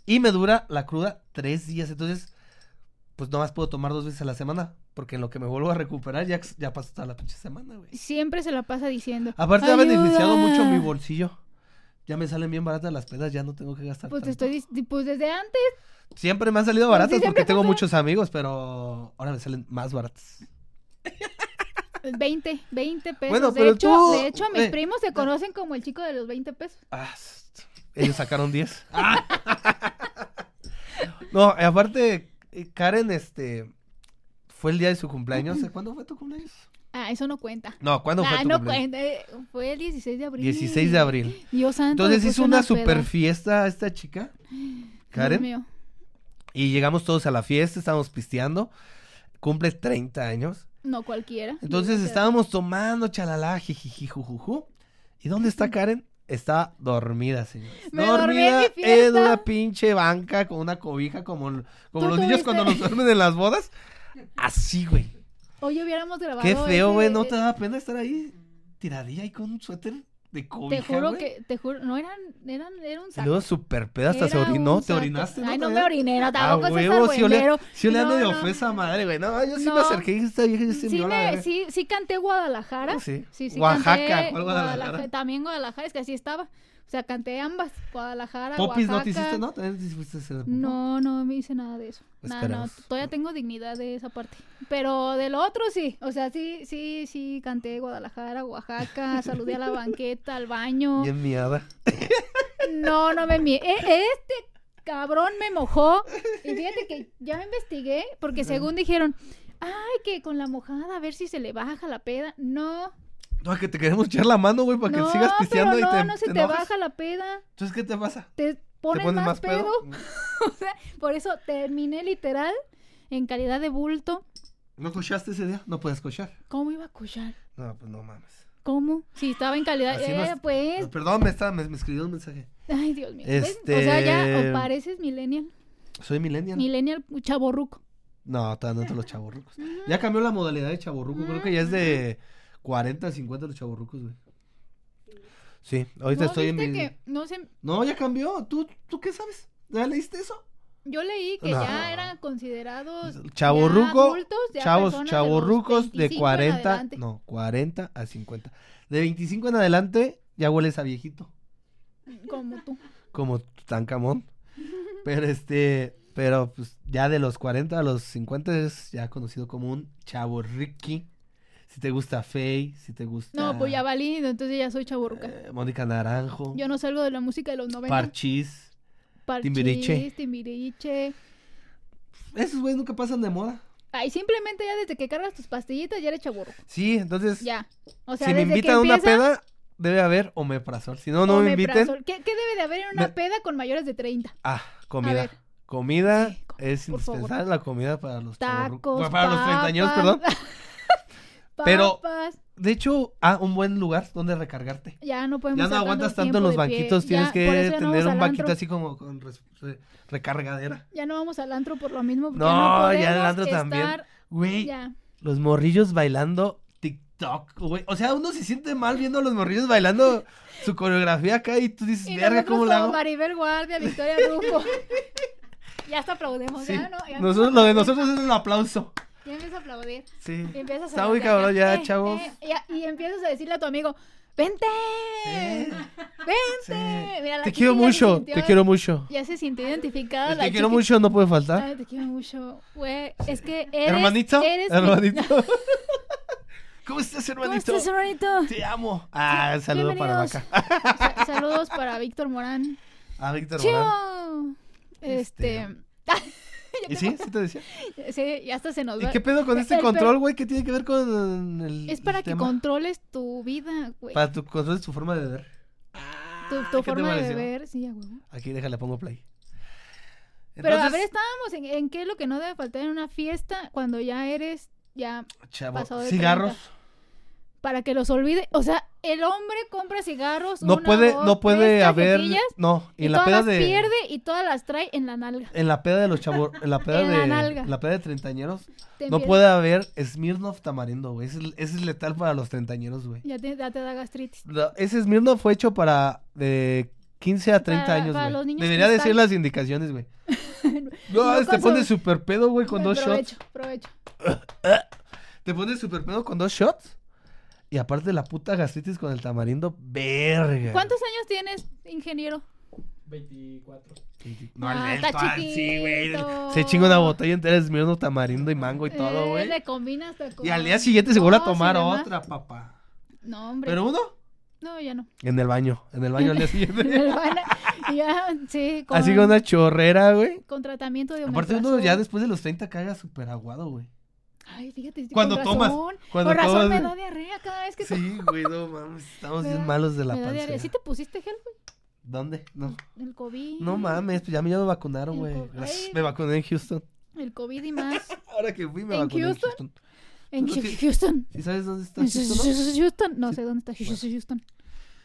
[SPEAKER 1] Y me dura la cruda tres días. Entonces, pues nomás puedo tomar dos veces a la semana. Porque en lo que me vuelvo a recuperar ya, ya pasó toda la pinche semana, güey.
[SPEAKER 2] Siempre se la pasa diciendo. "Pues,
[SPEAKER 1] Aparte ha beneficiado
[SPEAKER 2] "Ayuda".
[SPEAKER 1] mucho mi bolsillo. Ya me salen bien baratas las pedas, ya no tengo que gastar
[SPEAKER 2] Pues te
[SPEAKER 1] tanto.
[SPEAKER 2] estoy dic- pues desde antes.
[SPEAKER 1] Siempre me han salido
[SPEAKER 2] Pues sí,
[SPEAKER 1] baratas
[SPEAKER 2] siempre
[SPEAKER 1] porque tengo
[SPEAKER 2] pasa.
[SPEAKER 1] muchos amigos, pero ahora me salen más baratas.
[SPEAKER 2] 20, 20 pesos.
[SPEAKER 1] Bueno,
[SPEAKER 2] de,
[SPEAKER 1] pero
[SPEAKER 2] hecho,
[SPEAKER 1] tú-
[SPEAKER 2] de hecho, a mis
[SPEAKER 1] eh,
[SPEAKER 2] primos se conocen como el chico de los 20 pesos.
[SPEAKER 1] Ah, st- ellos sacaron 10. Ah. no, eh, aparte, eh, Karen, este, fue el día de su cumpleaños. ¿Eh, ¿Cuándo fue tu cumpleaños?
[SPEAKER 2] Ah, eso no cuenta.
[SPEAKER 1] No, ¿cuándo fue
[SPEAKER 2] ah,
[SPEAKER 1] tu
[SPEAKER 2] no
[SPEAKER 1] cumpleaños?
[SPEAKER 2] cuenta. eh, Fue el 16 de abril.
[SPEAKER 1] 16 de abril.
[SPEAKER 2] Dios santo.
[SPEAKER 1] Entonces
[SPEAKER 2] me
[SPEAKER 1] hizo
[SPEAKER 2] puse
[SPEAKER 1] una
[SPEAKER 2] unas
[SPEAKER 1] super
[SPEAKER 2] pedas.
[SPEAKER 1] fiesta esta chica, Karen.
[SPEAKER 2] Dios mío.
[SPEAKER 1] Y llegamos todos a la fiesta, estábamos pisteando. Cumple 30 años.
[SPEAKER 2] No cualquiera.
[SPEAKER 1] Entonces
[SPEAKER 2] Digo, o sea,
[SPEAKER 1] estábamos tomando chalala, jijiji, jujuju. ¿Y dónde está Karen? Está dormida, señor.
[SPEAKER 2] Me dormí en
[SPEAKER 1] dormida
[SPEAKER 2] mi fiesta.
[SPEAKER 1] en una pinche banca con una cobija como, como
[SPEAKER 2] ¿Tú
[SPEAKER 1] los niños
[SPEAKER 2] tuviste?
[SPEAKER 1] cuando nos duermen en las bodas. Así, güey.
[SPEAKER 2] Oye, hubiéramos grabado.
[SPEAKER 1] Qué feo,
[SPEAKER 2] ese-
[SPEAKER 1] güey. ¿No te daba pena estar ahí tiradilla ahí con un suéter de cobija,
[SPEAKER 2] Te juro
[SPEAKER 1] güey?
[SPEAKER 2] que, te juro, no eran, eran, era un
[SPEAKER 1] Y
[SPEAKER 2] saco.
[SPEAKER 1] luego súper peda, hasta se
[SPEAKER 2] Era
[SPEAKER 1] orinó.
[SPEAKER 2] un
[SPEAKER 1] ¿Te
[SPEAKER 2] saco.
[SPEAKER 1] orinaste?
[SPEAKER 2] Ay, no me
[SPEAKER 1] también?
[SPEAKER 2] oriné, no,
[SPEAKER 1] Ah,
[SPEAKER 2] tampoco seas
[SPEAKER 1] huevo, sí olía,
[SPEAKER 2] argüendero.
[SPEAKER 1] sí olía
[SPEAKER 2] No,
[SPEAKER 1] medio
[SPEAKER 2] no.
[SPEAKER 1] ofensa madre, güey. No, yo sí me
[SPEAKER 2] No.
[SPEAKER 1] acerqué y esta vieja yo sí, me
[SPEAKER 2] Sí,
[SPEAKER 1] iba a
[SPEAKER 2] me-
[SPEAKER 1] la verga.
[SPEAKER 2] sí, sí canté Guadalajara.
[SPEAKER 1] ¿eh? Ah, Sí.
[SPEAKER 2] Sí, sí
[SPEAKER 1] Oaxaca,
[SPEAKER 2] canté
[SPEAKER 1] ¿cuál Guadalajara?
[SPEAKER 2] También Guadalajara, es que así estaba. O sea, canté ambas, Guadalajara,
[SPEAKER 1] Popis,
[SPEAKER 2] Oaxaca.
[SPEAKER 1] ¿no te hiciste, no? Pues ¿También te hiciste ese popó?
[SPEAKER 2] No, no me hice nada de eso. Nada, no,
[SPEAKER 1] Esperemos.
[SPEAKER 2] todavía tengo dignidad de esa parte. Pero del otro sí, o sea, sí, sí, sí, canté Guadalajara, Oaxaca, saludé a la banqueta, al baño.
[SPEAKER 1] Bien miada.
[SPEAKER 2] No, no me mie... e- Este cabrón me mojó. Y fíjate que ya investigué, porque según dijeron, ay, que con la mojada a ver si se le baja la peda. No,
[SPEAKER 1] No, que te queremos echar la mano, güey, para que
[SPEAKER 2] no,
[SPEAKER 1] sigas
[SPEAKER 2] pero
[SPEAKER 1] pisteando y
[SPEAKER 2] no,
[SPEAKER 1] te.
[SPEAKER 2] no se te,
[SPEAKER 1] enojes.
[SPEAKER 2] baja la peda.
[SPEAKER 1] Entonces, ¿qué te pasa?
[SPEAKER 2] Te
[SPEAKER 1] ¿Te
[SPEAKER 2] pones, más, pedo. O sea, por eso terminé literal en calidad de bulto.
[SPEAKER 1] ¿No cochaste ese día? No puedes cochar.
[SPEAKER 2] ¿Cómo iba a cuchar?
[SPEAKER 1] No, pues no mames.
[SPEAKER 2] ¿Cómo? Si estaba en calidad.
[SPEAKER 1] Así
[SPEAKER 2] eh,
[SPEAKER 1] no es-
[SPEAKER 2] pues.
[SPEAKER 1] No, Perdón, me, estaba, me, me escribió un mensaje.
[SPEAKER 2] Ay, Dios mío. ¿ves? O sea,
[SPEAKER 1] Este-
[SPEAKER 2] ya o pareces millennial.
[SPEAKER 1] Soy millennial.
[SPEAKER 2] Millennial chaborruco.
[SPEAKER 1] No, todavía no te los chaborrucos. Ya cambió la modalidad de chaborruco. Creo que ya es de 40 a 50 los chaborrucos, güey. Sí, ahorita
[SPEAKER 2] ¿No
[SPEAKER 1] estoy en
[SPEAKER 2] viste
[SPEAKER 1] mi.
[SPEAKER 2] que no se,
[SPEAKER 1] No, ya cambió. ¿Tú, ¿Tú qué sabes? ¿Ya leíste eso?
[SPEAKER 2] Yo leí que
[SPEAKER 1] No.
[SPEAKER 2] ya eran considerados
[SPEAKER 1] Chavorruco,
[SPEAKER 2] Pues, ya adultos, ya
[SPEAKER 1] Chavos,
[SPEAKER 2] personas de los
[SPEAKER 1] chavorrucos de
[SPEAKER 2] 25 en
[SPEAKER 1] 40,
[SPEAKER 2] adelante.
[SPEAKER 1] no, 40 a 50. De 25 en adelante ya hueles a viejito,
[SPEAKER 2] como tú.
[SPEAKER 1] como Tutankamón. Pero este, pero pues ya de los 40 a los 50 es ya conocido como un chavo ricky. Si te gusta Faye, si te gusta
[SPEAKER 2] No, pues ya valido, entonces ya soy chaborruca.
[SPEAKER 1] eh, Mónica Naranjo,
[SPEAKER 2] Yo no salgo de la música de los 90.
[SPEAKER 1] Parchís.
[SPEAKER 2] Parchís,
[SPEAKER 1] Timbiriche.
[SPEAKER 2] Timbiriche.
[SPEAKER 1] Esos güeyes nunca pasan de moda.
[SPEAKER 2] Ay, simplemente ya desde que cargas tus pastillitas ya eres chaborruco.
[SPEAKER 1] Sí, entonces
[SPEAKER 2] Ya. O sea,
[SPEAKER 1] si me
[SPEAKER 2] desde
[SPEAKER 1] invitan
[SPEAKER 2] que
[SPEAKER 1] a una
[SPEAKER 2] empieza,
[SPEAKER 1] peda debe haber omeprazol. Si no no me inviten.
[SPEAKER 2] omeprazol. ¿Qué, qué debe de haber en una
[SPEAKER 1] Me-
[SPEAKER 2] peda con mayores de 30?
[SPEAKER 1] Ah,
[SPEAKER 2] A
[SPEAKER 1] comida.
[SPEAKER 2] ver.
[SPEAKER 1] Comida
[SPEAKER 2] Sí, com-
[SPEAKER 1] es
[SPEAKER 2] por favor.
[SPEAKER 1] indispensable la comida para los chavorrucos.
[SPEAKER 2] Tacos,
[SPEAKER 1] Bueno, para los treintañeros, perdón. Pero-
[SPEAKER 2] Pero
[SPEAKER 1] De hecho, ah, un buen lugar donde recargarte.
[SPEAKER 2] ya no podemos
[SPEAKER 1] Ya no
[SPEAKER 2] estar tanto
[SPEAKER 1] aguantas
[SPEAKER 2] tiempo
[SPEAKER 1] tanto en los
[SPEAKER 2] de pie.
[SPEAKER 1] banquitos, tienes
[SPEAKER 2] Ya,
[SPEAKER 1] que
[SPEAKER 2] por eso ya no
[SPEAKER 1] tener
[SPEAKER 2] vamos
[SPEAKER 1] un
[SPEAKER 2] al
[SPEAKER 1] banquito
[SPEAKER 2] antro.
[SPEAKER 1] así como con res- re- recargadera.
[SPEAKER 2] Ya no vamos al antro por lo mismo. Porque no,
[SPEAKER 1] No, ya el
[SPEAKER 2] podemos
[SPEAKER 1] antro también.
[SPEAKER 2] estar-
[SPEAKER 1] Güey,
[SPEAKER 2] Ya.
[SPEAKER 1] los morrillos bailando TikTok, güey. O sea, uno se siente mal viendo a los morrillos bailando su coreografía acá y tú dices,
[SPEAKER 2] Y
[SPEAKER 1] verga,
[SPEAKER 2] nosotros
[SPEAKER 1] ¿cómo
[SPEAKER 2] como
[SPEAKER 1] la hago?
[SPEAKER 2] Maribel Guardia, Victoria Rufo. ya hasta aplaudimos.
[SPEAKER 1] Sí,
[SPEAKER 2] Ya, no, ya,
[SPEAKER 1] nosotros, lo de nosotros es un aplauso.
[SPEAKER 2] ya empiezas a aplaudir.
[SPEAKER 1] Sí.
[SPEAKER 2] Y empiezas a
[SPEAKER 1] Está muy
[SPEAKER 2] saludar
[SPEAKER 1] cabrón
[SPEAKER 2] acá,
[SPEAKER 1] ya,
[SPEAKER 2] eh,
[SPEAKER 1] chavos.
[SPEAKER 2] eh, ya, y empiezas a decirle a tu amigo, vente,
[SPEAKER 1] Eh,
[SPEAKER 2] vente.
[SPEAKER 1] sí.
[SPEAKER 2] Mira, la
[SPEAKER 1] Te
[SPEAKER 2] Kiki
[SPEAKER 1] quiero
[SPEAKER 2] ya se
[SPEAKER 1] mucho,
[SPEAKER 2] sintió-
[SPEAKER 1] te quiero mucho.
[SPEAKER 2] Ya se sintió identificada
[SPEAKER 1] El
[SPEAKER 2] la
[SPEAKER 1] te quiero
[SPEAKER 2] chiqui-
[SPEAKER 1] mucho, no puede faltar.
[SPEAKER 2] Ay, te quiero mucho, güey. Es que eres...
[SPEAKER 1] Hermanito,
[SPEAKER 2] eres mi-
[SPEAKER 1] hermanito. ¿Cómo estás,
[SPEAKER 2] ¿Cómo
[SPEAKER 1] hermanito?
[SPEAKER 2] estás, hermanito?
[SPEAKER 1] Te amo. Ah,
[SPEAKER 2] Sí,
[SPEAKER 1] saludo para
[SPEAKER 2] bienvenidos.
[SPEAKER 1] Vaca.
[SPEAKER 2] Sa- saludos para Víctor Morán.
[SPEAKER 1] Ah, Víctor Morán.
[SPEAKER 2] ¡Chivo! Este...
[SPEAKER 1] ¿Y sí? ¿Sí te decía?
[SPEAKER 2] Sí, ya hasta se nos
[SPEAKER 1] ¿Y
[SPEAKER 2] va.
[SPEAKER 1] qué pedo con este
[SPEAKER 2] El per-
[SPEAKER 1] control, güey? ¿Qué tiene que ver con el
[SPEAKER 2] Es para
[SPEAKER 1] el
[SPEAKER 2] que
[SPEAKER 1] tema?
[SPEAKER 2] controles tu vida, güey.
[SPEAKER 1] Para tu control es tu forma de beber.
[SPEAKER 2] Tu,
[SPEAKER 1] ¿qué
[SPEAKER 2] tu
[SPEAKER 1] te
[SPEAKER 2] forma de
[SPEAKER 1] pareció?
[SPEAKER 2] beber. Sí, ya, güey.
[SPEAKER 1] Aquí déjale, pongo play.
[SPEAKER 2] Pero a ver,
[SPEAKER 1] Entonces,
[SPEAKER 2] estábamos en, en qué es lo que no debe faltar en una fiesta cuando ya eres, ya,
[SPEAKER 1] chavo,
[SPEAKER 2] pasado de
[SPEAKER 1] cigarros.
[SPEAKER 2] para que los olvide. O sea, el hombre compra cigarros.
[SPEAKER 1] No
[SPEAKER 2] Pues, una,
[SPEAKER 1] puede,
[SPEAKER 2] dos,
[SPEAKER 1] no puede
[SPEAKER 2] tres
[SPEAKER 1] haber.
[SPEAKER 2] cajetillas,
[SPEAKER 1] No, y
[SPEAKER 2] Y,
[SPEAKER 1] en la
[SPEAKER 2] todas
[SPEAKER 1] peda
[SPEAKER 2] las
[SPEAKER 1] de.
[SPEAKER 2] pierde y todas las trae en la nalga.
[SPEAKER 1] En la peda de los chavos, en la peda
[SPEAKER 2] En la
[SPEAKER 1] de,
[SPEAKER 2] nalga.
[SPEAKER 1] la peda de treintañeros,
[SPEAKER 2] Te
[SPEAKER 1] no
[SPEAKER 2] empieza-
[SPEAKER 1] puede haber Smirnoff tamarindo, güey. Ese, es- ese es letal para los treintañeros, güey.
[SPEAKER 2] Ya te, ya te da gastritis.
[SPEAKER 1] La- Ese Smirnoff fue hecho para de 15 a 30
[SPEAKER 2] Para-
[SPEAKER 1] años,
[SPEAKER 2] para
[SPEAKER 1] güey.
[SPEAKER 2] los niños
[SPEAKER 1] Debería
[SPEAKER 2] que
[SPEAKER 1] decir
[SPEAKER 2] están-
[SPEAKER 1] las indicaciones, güey. No,
[SPEAKER 2] No
[SPEAKER 1] te
[SPEAKER 2] consum-
[SPEAKER 1] pones super pedo, güey, con dos
[SPEAKER 2] Eh, provecho,
[SPEAKER 1] shots.
[SPEAKER 2] Provecho.
[SPEAKER 1] Te pones super pedo con dos shots. Y aparte la puta gastritis con el tamarindo, verga.
[SPEAKER 2] ¿Cuántos años tienes, ingeniero?
[SPEAKER 3] 24.
[SPEAKER 1] No,
[SPEAKER 2] Ah,
[SPEAKER 1] Alberto,
[SPEAKER 2] está
[SPEAKER 1] ah, sí, güey.
[SPEAKER 2] chiquito.
[SPEAKER 1] Se chinga una botella entera esmirno tamarindo y mango y todo,
[SPEAKER 2] Eh,
[SPEAKER 1] güey.
[SPEAKER 2] Le combinas hasta con-
[SPEAKER 1] Y al día siguiente se vuelve a
[SPEAKER 2] tos y
[SPEAKER 1] tomar
[SPEAKER 2] demás.
[SPEAKER 1] otra, papá.
[SPEAKER 2] No, hombre.
[SPEAKER 1] ¿Pero uno?
[SPEAKER 2] No, ya no.
[SPEAKER 1] En el baño, en el baño al día siguiente.
[SPEAKER 2] Me lo van a- ya, sí, con,
[SPEAKER 1] Así con una chorrera, güey.
[SPEAKER 2] con tratamiento de
[SPEAKER 1] Aparte uno ya después de los 30 caga súper aguado, güey.
[SPEAKER 2] Ay, fíjate.
[SPEAKER 1] Cuando
[SPEAKER 2] con
[SPEAKER 1] tomas,
[SPEAKER 2] razón,
[SPEAKER 1] cuando
[SPEAKER 2] con razón
[SPEAKER 1] tomas,
[SPEAKER 2] me
[SPEAKER 1] güey.
[SPEAKER 2] da diarrea cada vez que tomo.
[SPEAKER 1] Sí, güey, no mames, estamos
[SPEAKER 2] Me
[SPEAKER 1] bien
[SPEAKER 2] da-
[SPEAKER 1] malos de la
[SPEAKER 2] me da diarrea.
[SPEAKER 1] panza.
[SPEAKER 2] ¿Sí te pusiste gel, güey?
[SPEAKER 1] ¿Dónde? No,
[SPEAKER 2] El COVID.
[SPEAKER 1] no mames, pues ya, me- ya me vacunaron,
[SPEAKER 2] El
[SPEAKER 1] güey.
[SPEAKER 2] co-
[SPEAKER 1] Gracias,
[SPEAKER 2] ay.
[SPEAKER 1] Me vacuné en Houston.
[SPEAKER 2] El COVID y más.
[SPEAKER 1] Ahora que fui me
[SPEAKER 2] ¿En
[SPEAKER 1] vacuné
[SPEAKER 2] Houston?
[SPEAKER 1] en Houston.
[SPEAKER 2] En
[SPEAKER 1] Creo que-
[SPEAKER 2] Houston.
[SPEAKER 1] ¿Sí sabes dónde está
[SPEAKER 2] En
[SPEAKER 1] Houston? no?
[SPEAKER 2] Houston. No
[SPEAKER 1] Sí.
[SPEAKER 2] sé dónde está Houston.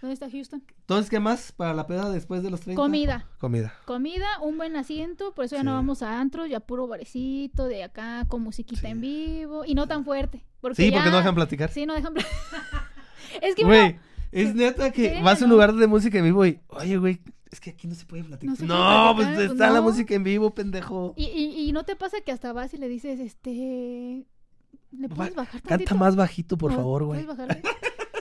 [SPEAKER 2] ¿Dónde está Houston?
[SPEAKER 1] Entonces, ¿qué más para la peda después de los 30?
[SPEAKER 2] Comida.
[SPEAKER 1] Comida.
[SPEAKER 2] Comida, un buen asiento, por eso ya
[SPEAKER 1] Sí.
[SPEAKER 2] no vamos a antro, ya puro barecito de acá con musiquita
[SPEAKER 1] Sí.
[SPEAKER 2] en vivo y no tan fuerte. Porque
[SPEAKER 1] Sí, porque
[SPEAKER 2] ya-
[SPEAKER 1] no dejan platicar.
[SPEAKER 2] Sí, no dejan pl- Es que uno-
[SPEAKER 1] Güey, es neta que
[SPEAKER 2] Sí,
[SPEAKER 1] vas a un
[SPEAKER 2] ¿no?
[SPEAKER 1] lugar de música en vivo y, oye, güey, es que aquí no se puede platicar.
[SPEAKER 2] No
[SPEAKER 1] No,
[SPEAKER 2] se puede
[SPEAKER 1] pues
[SPEAKER 2] platicar,
[SPEAKER 1] está la
[SPEAKER 2] no.
[SPEAKER 1] música en vivo, pendejo.
[SPEAKER 2] Y, y, y no te pasa que hasta vas y le dices, este. ¿Le
[SPEAKER 1] Va-
[SPEAKER 2] puedes bajar
[SPEAKER 1] Canta
[SPEAKER 2] tantito? Pues,
[SPEAKER 1] más bajito, por
[SPEAKER 2] ¿No?
[SPEAKER 1] favor, güey.
[SPEAKER 2] ¿Puedes bajarle?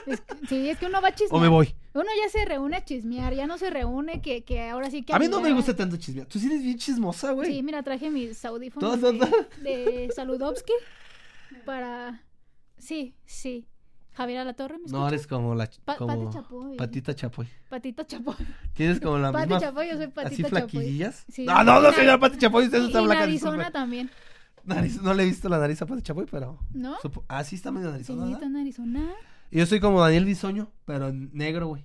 [SPEAKER 2] Es que- sí, es que uno va a
[SPEAKER 1] O
[SPEAKER 2] chismear.
[SPEAKER 1] me voy.
[SPEAKER 2] Uno ya se reúne a chismear, ya no se reúne que, que ahora sí que.
[SPEAKER 1] A mí no me
[SPEAKER 2] mirar.
[SPEAKER 1] gusta tanto chismear. Tú sí eres bien chismosa, güey.
[SPEAKER 2] Sí, pues, mira, traje mis audífonos
[SPEAKER 1] Todo,
[SPEAKER 2] de,
[SPEAKER 1] todo.
[SPEAKER 2] de Saludowski para. Sí, sí. Javier Alatorre, ¿me
[SPEAKER 1] No,
[SPEAKER 2] escuchas?
[SPEAKER 1] eres como la
[SPEAKER 2] Pa-
[SPEAKER 1] como
[SPEAKER 2] Pati Chapoy.
[SPEAKER 1] Patita Chapoy.
[SPEAKER 2] Patito Chapoy.
[SPEAKER 1] Tienes como la
[SPEAKER 2] Pati
[SPEAKER 1] misma
[SPEAKER 2] Chapoy, yo soy
[SPEAKER 1] así
[SPEAKER 2] Patito Chapoy.
[SPEAKER 1] flaquillas.
[SPEAKER 2] Sí.
[SPEAKER 1] No, no, no,
[SPEAKER 2] Nariz-
[SPEAKER 1] señora Pati Chapoy, usted no
[SPEAKER 2] Y,
[SPEAKER 1] está
[SPEAKER 2] y
[SPEAKER 1] blanca.
[SPEAKER 2] narizona
[SPEAKER 1] disculpe.
[SPEAKER 2] también,
[SPEAKER 1] Nariz- no le he visto la nariz a Pati Chapoy, pero
[SPEAKER 2] ¿no?
[SPEAKER 1] supo- ah, sí está medio narizona.
[SPEAKER 2] Sí,
[SPEAKER 1] ¿verdad?
[SPEAKER 2] tan narizona.
[SPEAKER 1] Y yo soy como Daniel Bisoño, pero negro, güey.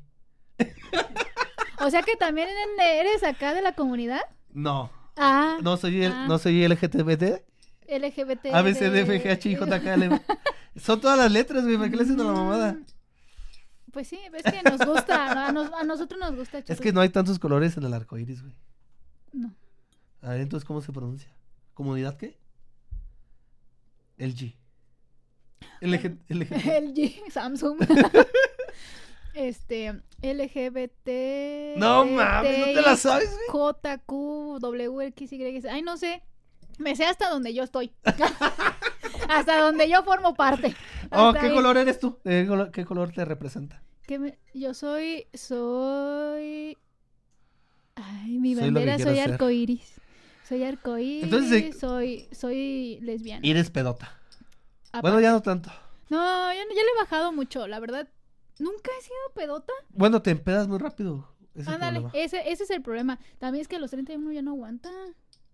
[SPEAKER 2] O sea que también en- eres acá de la comunidad.
[SPEAKER 1] No,
[SPEAKER 2] Ah,
[SPEAKER 1] no soy el,
[SPEAKER 2] Ah.
[SPEAKER 1] no soy LGTBT,
[SPEAKER 2] LGBT.
[SPEAKER 1] A, B, C, D, F, G, H, I, J, K, L, M. Son todas las letras, güey, ¿para qué le hacen a la mamada?
[SPEAKER 2] Mm, Pues sí, ves que nos gusta, ¿no? a, nos- a nosotros nos gusta.
[SPEAKER 1] Es
[SPEAKER 2] chorro.
[SPEAKER 1] que no hay tantos colores en el arco iris, güey.
[SPEAKER 2] No.
[SPEAKER 1] A ver, entonces, ¿cómo se pronuncia? ¿Comunidad qué? LG. LG, LG.
[SPEAKER 2] LG, Samsung. este, LGBT.
[SPEAKER 1] No mames, no te la sabes, güey.
[SPEAKER 2] JQ, WXY. Ay, no sé. Me sé hasta donde yo estoy. hasta donde yo formo parte.
[SPEAKER 1] Oh,
[SPEAKER 2] Hasta
[SPEAKER 1] ¿qué
[SPEAKER 2] ahí.
[SPEAKER 1] color eres tú? ¿De ¿Qué color, qué color te representa?
[SPEAKER 2] ¿Qué me- Yo soy. Soy. Ay, mi
[SPEAKER 1] Soy lo que
[SPEAKER 2] bandera,
[SPEAKER 1] quiero
[SPEAKER 2] soy
[SPEAKER 1] ser.
[SPEAKER 2] arcoiris. Soy arcoiris.
[SPEAKER 1] Entonces, eh,
[SPEAKER 2] soy, soy lesbiana.
[SPEAKER 1] Eres pedota.
[SPEAKER 2] Apa-
[SPEAKER 1] Bueno, ya no tanto.
[SPEAKER 2] No, yo, no- yo le he bajado mucho, la verdad. Nunca he sido pedota.
[SPEAKER 1] Bueno, te empedas muy rápido. ese es el
[SPEAKER 2] Ándale, eh.
[SPEAKER 1] problema.
[SPEAKER 2] ese, ese es el problema. También es que a los 31 ya no aguanta.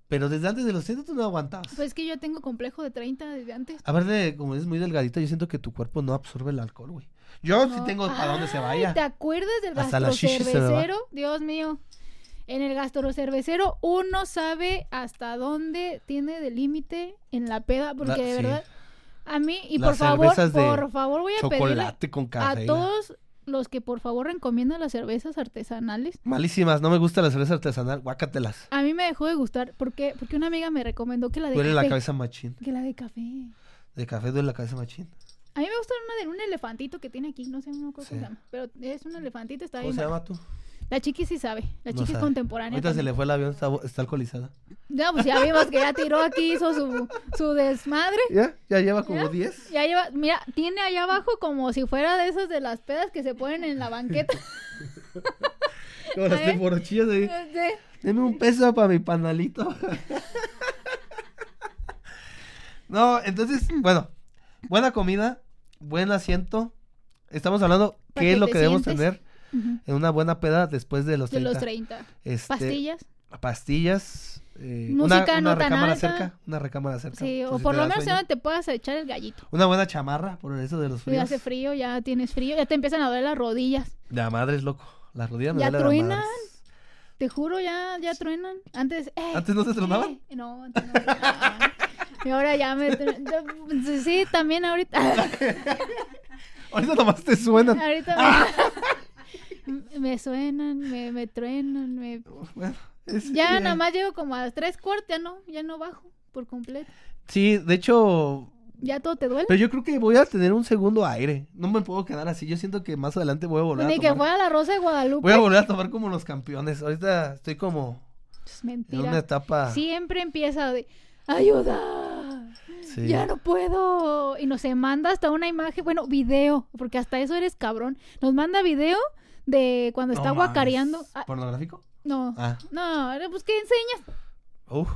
[SPEAKER 1] Pero desde antes de los 30 tú no aguantabas.
[SPEAKER 2] Pues es que yo tengo complejo de 30 desde antes.
[SPEAKER 1] A ver, de- como eres muy delgadita, yo siento que tu cuerpo no absorbe el alcohol, güey. Yo sí
[SPEAKER 2] No.
[SPEAKER 1] tengo para dónde se
[SPEAKER 2] Ay,
[SPEAKER 1] vaya.
[SPEAKER 2] ¿Te acuerdas del
[SPEAKER 1] Hasta la shishi se me va.
[SPEAKER 2] gastrocervecero? Dios mío. En el gastrocervecero uno sabe hasta dónde tiene de límite en la peda, porque
[SPEAKER 1] La-
[SPEAKER 2] de
[SPEAKER 1] sí.
[SPEAKER 2] verdad a mí y
[SPEAKER 1] Las
[SPEAKER 2] por favor,
[SPEAKER 1] cervezas de
[SPEAKER 2] por favor voy a pedirle
[SPEAKER 1] Chocolate con
[SPEAKER 2] a
[SPEAKER 1] cafeína.
[SPEAKER 2] todos los que por favor recomiendan las cervezas artesanales.
[SPEAKER 1] Malísimas, no me gusta la cerveza artesanal, guácatelas.
[SPEAKER 2] A mí me dejó de gustar porque porque una amiga me recomendó que la de
[SPEAKER 1] Duele la
[SPEAKER 2] café,
[SPEAKER 1] cabeza machín.
[SPEAKER 2] que la de café.
[SPEAKER 1] De café duele la cabeza machín.
[SPEAKER 2] A mí me gusta una de un elefantito que tiene aquí, no sé, no creo
[SPEAKER 1] Sí.
[SPEAKER 2] cómo se llama, pero es un elefantito, está
[SPEAKER 1] ¿Cómo
[SPEAKER 2] bien.
[SPEAKER 1] se
[SPEAKER 2] bueno.
[SPEAKER 1] llama tú?
[SPEAKER 2] La chiqui sí sabe, la
[SPEAKER 1] No
[SPEAKER 2] chiqui es
[SPEAKER 1] sabe.
[SPEAKER 2] contemporánea.
[SPEAKER 1] Ahorita se
[SPEAKER 2] también.
[SPEAKER 1] le fue el avión, está, está alcoholizada.
[SPEAKER 2] Ya, pues ya vimos que ya tiró aquí, hizo su, su desmadre.
[SPEAKER 1] ¿Ya? ¿Ya lleva
[SPEAKER 2] ¿Ya?
[SPEAKER 1] como 10?
[SPEAKER 2] Ya lleva, mira, tiene allá abajo como si fuera de esas de las pedas que se ponen en la banqueta.
[SPEAKER 1] Como las
[SPEAKER 2] A ver.
[SPEAKER 1] teporochillas ahí.
[SPEAKER 2] Este,
[SPEAKER 1] Deme un peso para mi panalito. no, entonces, bueno, buena comida, buen asiento. Estamos hablando
[SPEAKER 2] Pa'
[SPEAKER 1] qué
[SPEAKER 2] que
[SPEAKER 1] es lo
[SPEAKER 2] te
[SPEAKER 1] que debemos
[SPEAKER 2] sientes.
[SPEAKER 1] tener
[SPEAKER 2] ujú,
[SPEAKER 1] en una buena peda después de los
[SPEAKER 2] De
[SPEAKER 1] 30.
[SPEAKER 2] los 30.
[SPEAKER 1] Pues Este,
[SPEAKER 2] Pastillas.
[SPEAKER 1] Pastillas. eh,
[SPEAKER 2] Música
[SPEAKER 1] una,
[SPEAKER 2] no
[SPEAKER 1] una
[SPEAKER 2] tan
[SPEAKER 1] recámara
[SPEAKER 2] alta.
[SPEAKER 1] cerca. Una recámara cerca.
[SPEAKER 2] Sí,
[SPEAKER 1] por
[SPEAKER 2] o
[SPEAKER 1] pues, si
[SPEAKER 2] por
[SPEAKER 1] te
[SPEAKER 2] lo
[SPEAKER 1] da
[SPEAKER 2] menos ya
[SPEAKER 1] sueño. Pues
[SPEAKER 2] no te puedas echar el gallito.
[SPEAKER 1] Una buena chamarra por eso de los
[SPEAKER 2] Ya
[SPEAKER 1] fríos.
[SPEAKER 2] hace frío, ya tienes frío, ya te empiezan a doler las rodillas.
[SPEAKER 1] La madre es loco. Las rodillas me
[SPEAKER 2] Ya
[SPEAKER 1] duelen a
[SPEAKER 2] truenan.
[SPEAKER 1] madres.
[SPEAKER 2] Te juro, ya, ya truenan. Antes, eh,
[SPEAKER 1] ¿Antes no se
[SPEAKER 2] eh,
[SPEAKER 1] tronaban?
[SPEAKER 2] no, antes no. tronaban. Y ahora ya me... tru- Sí, Sí, también ahorita.
[SPEAKER 1] Ahorita nomás te suenan.
[SPEAKER 2] Ahorita me...
[SPEAKER 1] Ah.
[SPEAKER 2] M- me suenan, me, me truenan, me...
[SPEAKER 1] Bueno, es-
[SPEAKER 2] Ya
[SPEAKER 1] eh,
[SPEAKER 2] nada más llego como a las tres cuartos, ya no, ya no bajo por completo.
[SPEAKER 1] Sí, de hecho,
[SPEAKER 2] ¿Ya todo te duele?
[SPEAKER 1] Pero yo creo que voy a tener un segundo aire. No me puedo quedar así. Yo siento que más adelante voy a volver a
[SPEAKER 2] Ni que
[SPEAKER 1] tomar.
[SPEAKER 2] fuera la Rosa de Guadalupe.
[SPEAKER 1] Voy a volver a tomar como los campeones. Ahorita estoy como
[SPEAKER 2] Es
[SPEAKER 1] en una
[SPEAKER 2] mentira.
[SPEAKER 1] etapa.
[SPEAKER 2] Siempre empieza de ayuda.
[SPEAKER 1] sí.
[SPEAKER 2] Ya no puedo. Y nos se manda hasta una imagen, bueno, video, porque hasta eso eres cabrón. Nos manda video de cuando
[SPEAKER 1] No
[SPEAKER 2] está
[SPEAKER 1] mames.
[SPEAKER 2] guacareando. Ah,
[SPEAKER 1] ¿Pornográfico?
[SPEAKER 2] no,
[SPEAKER 1] Ah.
[SPEAKER 2] no, era, pues ¿qué enseñas?
[SPEAKER 1] Uf,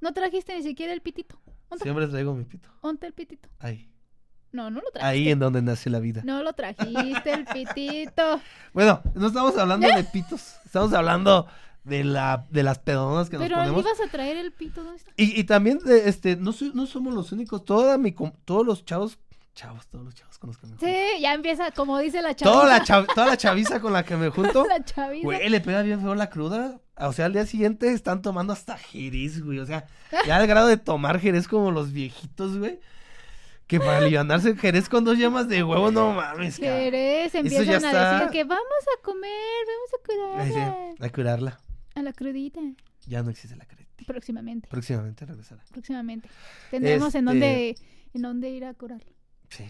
[SPEAKER 2] No trajiste ni siquiera el pitito. ¿Dónde?
[SPEAKER 1] siempre traigo mi pito.
[SPEAKER 2] Ponte el pitito.
[SPEAKER 1] Ahí.
[SPEAKER 2] No, no lo trajiste.
[SPEAKER 1] Ahí en donde nace la vida.
[SPEAKER 2] No lo trajiste el pitito.
[SPEAKER 1] Bueno, no estamos hablando de pitos. Estamos hablando de la de las pedonas que
[SPEAKER 2] Pero
[SPEAKER 1] nos ponemos.
[SPEAKER 2] ibas a traer el pito, ¿dónde está?
[SPEAKER 1] Y, y también, de, este, no, soy- no somos los únicos. Toda mi, com- todos los chavos, chavos, todos los chavos con los que me junto.
[SPEAKER 2] Sí, ya empieza, como dice la chaviza.
[SPEAKER 1] Toda la, chav- toda la chaviza con la que me junto.
[SPEAKER 2] La chaviza.
[SPEAKER 1] Güey, le pega bien feo la cruda. O sea, al día siguiente están tomando hasta jerez, güey. O sea, ya al grado de tomar jerez como los viejitos, güey. Que para alivianarse jerez con dos yemas de huevo, no mames, cara.
[SPEAKER 2] Jerez,
[SPEAKER 1] ya
[SPEAKER 2] empiezan a
[SPEAKER 1] está.
[SPEAKER 2] decir que vamos a comer, vamos a
[SPEAKER 1] Ahí sí,
[SPEAKER 2] curarla.
[SPEAKER 1] a curarla.
[SPEAKER 2] A la crudita.
[SPEAKER 1] Ya no existe la creta.
[SPEAKER 2] Próximamente,
[SPEAKER 1] Próximamente regresará.
[SPEAKER 2] próximamente. Tendremos en
[SPEAKER 1] Pues, Este-
[SPEAKER 2] dónde en dónde ir a curarlo.
[SPEAKER 1] Sí.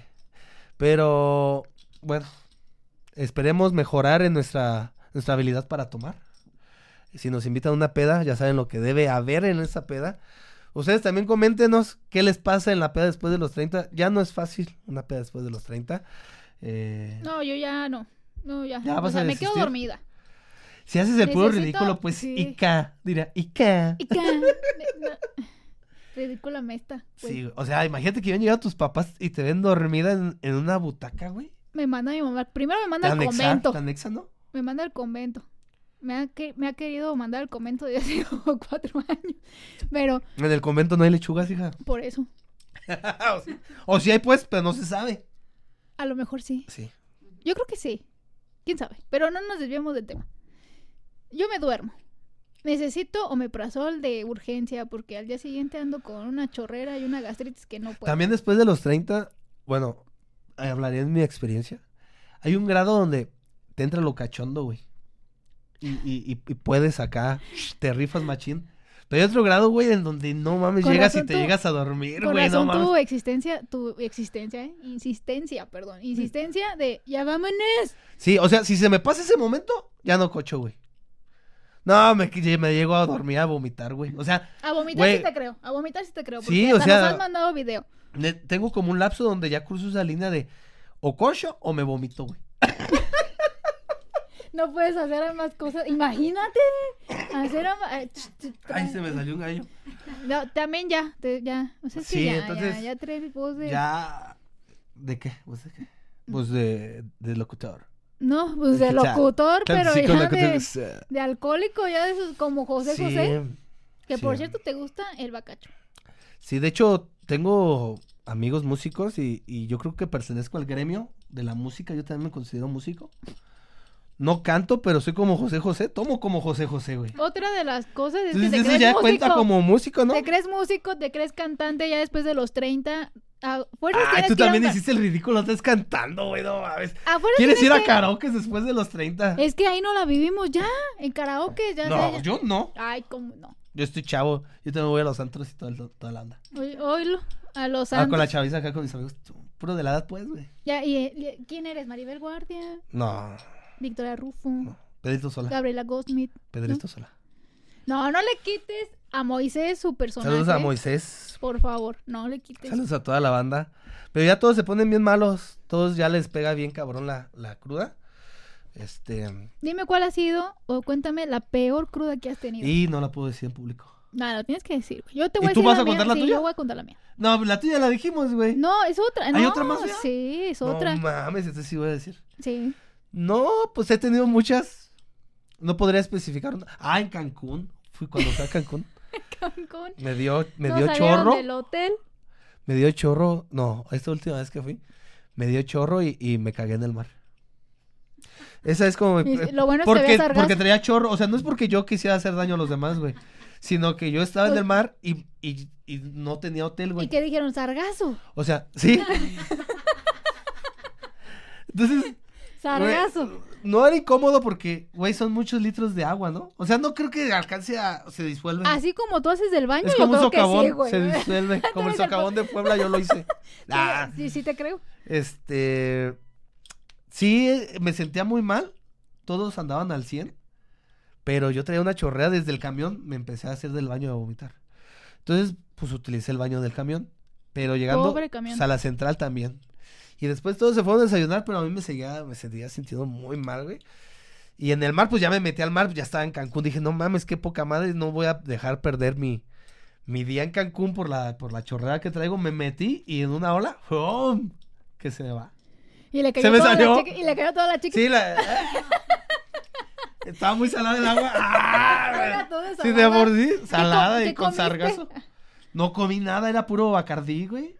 [SPEAKER 1] Pero, bueno, esperemos mejorar en nuestra, nuestra habilidad para tomar. Si nos invitan a una peda, ya saben lo que debe haber en esa peda. Ustedes también coméntenos qué les pasa en la peda después de los 30. Ya no es fácil una peda después de los 30. Eh,
[SPEAKER 2] No, yo ya no. No, ya.
[SPEAKER 1] ¿Ya
[SPEAKER 2] no.
[SPEAKER 1] vas
[SPEAKER 2] o sea,
[SPEAKER 1] a
[SPEAKER 2] me quedo
[SPEAKER 1] desistir?
[SPEAKER 2] dormida.
[SPEAKER 1] Si haces el puro
[SPEAKER 2] necesito-
[SPEAKER 1] ridículo, pues
[SPEAKER 2] sí. Pues
[SPEAKER 1] Ica, dirá, Ica.
[SPEAKER 2] Y ca- me- no. Ridícula me está. güey.
[SPEAKER 1] Sí, güey. o sea, imagínate que yo llegado tus papás y te ven dormida en, en una butaca, güey.
[SPEAKER 2] Me manda mi mamá. Primero me
[SPEAKER 1] Te
[SPEAKER 2] manda al
[SPEAKER 1] anexan,
[SPEAKER 2] convento.
[SPEAKER 1] te anexan, ¿no?
[SPEAKER 2] Me manda al convento. Me ha, que- me ha querido mandar al convento desde hace como cuatro años. Pero
[SPEAKER 1] En el convento no hay lechugas, hija.
[SPEAKER 2] por eso.
[SPEAKER 1] o, si, o si hay pues, pero no se sabe.
[SPEAKER 2] A lo mejor sí.
[SPEAKER 1] Sí.
[SPEAKER 2] Yo creo que sí. ¿Quién sabe? Pero no nos desviemos del tema. Yo me duermo. Necesito omeprazol de urgencia porque al día siguiente ando con una chorrera y una gastritis que no puedo.
[SPEAKER 1] También después de los 30, bueno, eh, hablaré en mi experiencia. Hay un grado donde te entra lo cachondo, güey. Y, y- y- y puedes acá, te rifas machín. Pero hay otro grado, güey, en donde no mames,
[SPEAKER 2] Con
[SPEAKER 1] llegas y
[SPEAKER 2] razón
[SPEAKER 1] te
[SPEAKER 2] tú-
[SPEAKER 1] llegas a dormir,
[SPEAKER 2] Con
[SPEAKER 1] güey, no
[SPEAKER 2] razón,
[SPEAKER 1] mames.
[SPEAKER 2] tu existencia, tu existencia, ¿eh? Insistencia, perdón. Insistencia de ya vámonos.
[SPEAKER 1] Sí, o sea, si se me pasa ese momento, ya no cocho, güey. No, me, me llego a dormir, a vomitar, güey. O sea,
[SPEAKER 2] A vomitar
[SPEAKER 1] Güey.
[SPEAKER 2] sí te creo. A vomitar sí te creo. Porque
[SPEAKER 1] Sí, o
[SPEAKER 2] hasta
[SPEAKER 1] sea-
[SPEAKER 2] nos han mandado video.
[SPEAKER 1] Ne- tengo como un lapso donde ya cruzo esa línea de o cocho o me vomito, güey.
[SPEAKER 2] No puedes hacer más cosas. Imagínate. Hacer am- eh, ch- ch-
[SPEAKER 1] Ay, se me salió un gallo.
[SPEAKER 2] No, también ya, te- ya. O sea, es que
[SPEAKER 1] Sí,
[SPEAKER 2] ya,
[SPEAKER 1] entonces,
[SPEAKER 2] ya, ya trae voz de-
[SPEAKER 1] Ya. ¿De qué? ¿Pues de qué? Pues de, de locutor.
[SPEAKER 2] No, pues de
[SPEAKER 1] Escucha,
[SPEAKER 2] locutor, pero
[SPEAKER 1] Sí, con
[SPEAKER 2] ya
[SPEAKER 1] locutor,
[SPEAKER 2] de,
[SPEAKER 1] sí.
[SPEAKER 2] de alcohólico, ya de esos como José
[SPEAKER 1] eh, Sí,
[SPEAKER 2] José. Que
[SPEAKER 1] sí.
[SPEAKER 2] por cierto, te gusta el bacacho.
[SPEAKER 1] Sí, de hecho, tengo amigos músicos y, y yo creo que pertenezco al gremio de la música. Yo también me considero músico. No canto, pero soy como José José. Tomo como José José, güey.
[SPEAKER 2] Otra de las cosas es
[SPEAKER 1] Entonces,
[SPEAKER 2] que te
[SPEAKER 1] eso
[SPEAKER 2] crees
[SPEAKER 1] ya
[SPEAKER 2] músico.
[SPEAKER 1] cuenta como músico, ¿no?
[SPEAKER 2] Te crees músico, te crees cantante ya después de los 30. A fuerzas
[SPEAKER 1] Ay,
[SPEAKER 2] tienes
[SPEAKER 1] tú
[SPEAKER 2] que ir a un
[SPEAKER 1] también
[SPEAKER 2] ca-
[SPEAKER 1] hiciste el ridículo, estás cantando, güey, no mames.
[SPEAKER 2] a fuerzas
[SPEAKER 1] ¿Quieres ir
[SPEAKER 2] tienes
[SPEAKER 1] a karaoke después de los 30?
[SPEAKER 2] que- Es que ahí no la vivimos ya, en karaoke, ya sé,
[SPEAKER 1] No,
[SPEAKER 2] ya-
[SPEAKER 1] yo no.
[SPEAKER 2] Ay, cómo no.
[SPEAKER 1] Yo estoy chavo. Yo también voy a los antros y toda, el- toda la onda.
[SPEAKER 2] Oí- Oílo, a los
[SPEAKER 1] Ah, con
[SPEAKER 2] santos.
[SPEAKER 1] la chaviza acá con mis amigos. tú, Puro de la edad, pues, güey.
[SPEAKER 2] Ya, y, eh, ¿Quién eres? Maribel Guardia,
[SPEAKER 1] No,
[SPEAKER 2] Victoria Rufo,
[SPEAKER 1] no. Pedrito Sola.
[SPEAKER 2] Gabriela Goldsmith.
[SPEAKER 1] Pedrito Sola.
[SPEAKER 2] No, no le quites a Moisés su personaje.
[SPEAKER 1] Saludos a Moisés.
[SPEAKER 2] Por favor, no le quites.
[SPEAKER 1] Saludos a toda la banda. Pero ya todos se ponen bien malos. Todos ya les pega bien cabrón la, la cruda. Este.
[SPEAKER 2] Dime cuál ha sido o cuéntame la peor cruda que has tenido.
[SPEAKER 1] Y no la puedo decir en público.
[SPEAKER 2] No, lo tienes que decir. güey. Yo te
[SPEAKER 1] ¿Y
[SPEAKER 2] voy a
[SPEAKER 1] tú
[SPEAKER 2] decir
[SPEAKER 1] vas
[SPEAKER 2] la
[SPEAKER 1] a
[SPEAKER 2] mía.
[SPEAKER 1] contar la
[SPEAKER 2] Sí,
[SPEAKER 1] tuya?
[SPEAKER 2] Yo voy a contar la mía.
[SPEAKER 1] No, la tuya la dijimos, güey.
[SPEAKER 2] No, es otra.
[SPEAKER 1] ¿Hay
[SPEAKER 2] no,
[SPEAKER 1] otra más, fea?
[SPEAKER 2] Sí, es otra.
[SPEAKER 1] No mames, esto sí voy a decir.
[SPEAKER 2] Sí.
[SPEAKER 1] No, pues he tenido muchas. No podría especificar una. Ah, en Cancún. Fui cuando fui a Cancún.
[SPEAKER 2] Cancún.
[SPEAKER 1] Me dio, me
[SPEAKER 2] Nos
[SPEAKER 1] dio
[SPEAKER 2] salieron
[SPEAKER 1] chorro.
[SPEAKER 2] del hotel.
[SPEAKER 1] Me dio chorro. No, esta última vez que fui, me dio chorro y, y me cagué en el mar. Esa es como.
[SPEAKER 2] Y lo bueno es que
[SPEAKER 1] porque,
[SPEAKER 2] había sargazo.
[SPEAKER 1] porque traía chorro. O sea, no es porque yo quisiera hacer daño a los demás, güey. Sino que yo estaba en el mar y, y- y no tenía hotel,
[SPEAKER 2] ¿Y
[SPEAKER 1] güey.
[SPEAKER 2] qué dijeron? Sargazo.
[SPEAKER 1] O sea, sí. Entonces,
[SPEAKER 2] Sargazo.
[SPEAKER 1] Güey, no era incómodo porque, güey, son muchos litros de agua, ¿no? O sea, no creo que alcance a. Se disuelve.
[SPEAKER 2] Así como tú haces del baño,
[SPEAKER 1] es
[SPEAKER 2] yo
[SPEAKER 1] como un
[SPEAKER 2] creo
[SPEAKER 1] socavón.
[SPEAKER 2] que sí, güey.
[SPEAKER 1] se disuelve. Como el
[SPEAKER 2] Tienes el
[SPEAKER 1] socavón de Puebla, yo lo hice. Ah,
[SPEAKER 2] Sí, sí te creo.
[SPEAKER 1] Este. Sí, eh, me sentía muy mal. Todos andaban al 100. Pero yo traía una chorrea desde el camión. Me empecé a hacer del baño a vomitar. Entonces, pues utilicé el baño del camión. Pero llegando
[SPEAKER 2] Pobre camión.
[SPEAKER 1] pues, a la central también. Y después todos se fueron a desayunar, pero a mí me seguía, me sentía sintiendo muy mal, güey. Y en el mar, pues ya me metí al mar, ya estaba en Cancún. Dije, no mames, qué poca madre, no voy a dejar perder mi, mi día en Cancún por la, por la chorrera que traigo. Me metí y en una ola, ¡pum! que se me va.
[SPEAKER 2] Y le cayó,
[SPEAKER 1] Se me
[SPEAKER 2] toda,
[SPEAKER 1] salió.
[SPEAKER 2] La chica, y le cayó toda la chica.
[SPEAKER 1] Sí, la... eh. Estaba muy salada el agua. ¡Ah!
[SPEAKER 2] Era todo
[SPEAKER 1] Sí, de
[SPEAKER 2] salada.
[SPEAKER 1] por sí,
[SPEAKER 2] co-
[SPEAKER 1] salada y
[SPEAKER 2] qué
[SPEAKER 1] con
[SPEAKER 2] comiste?
[SPEAKER 1] sargazo. No comí nada, era puro bacardí, güey.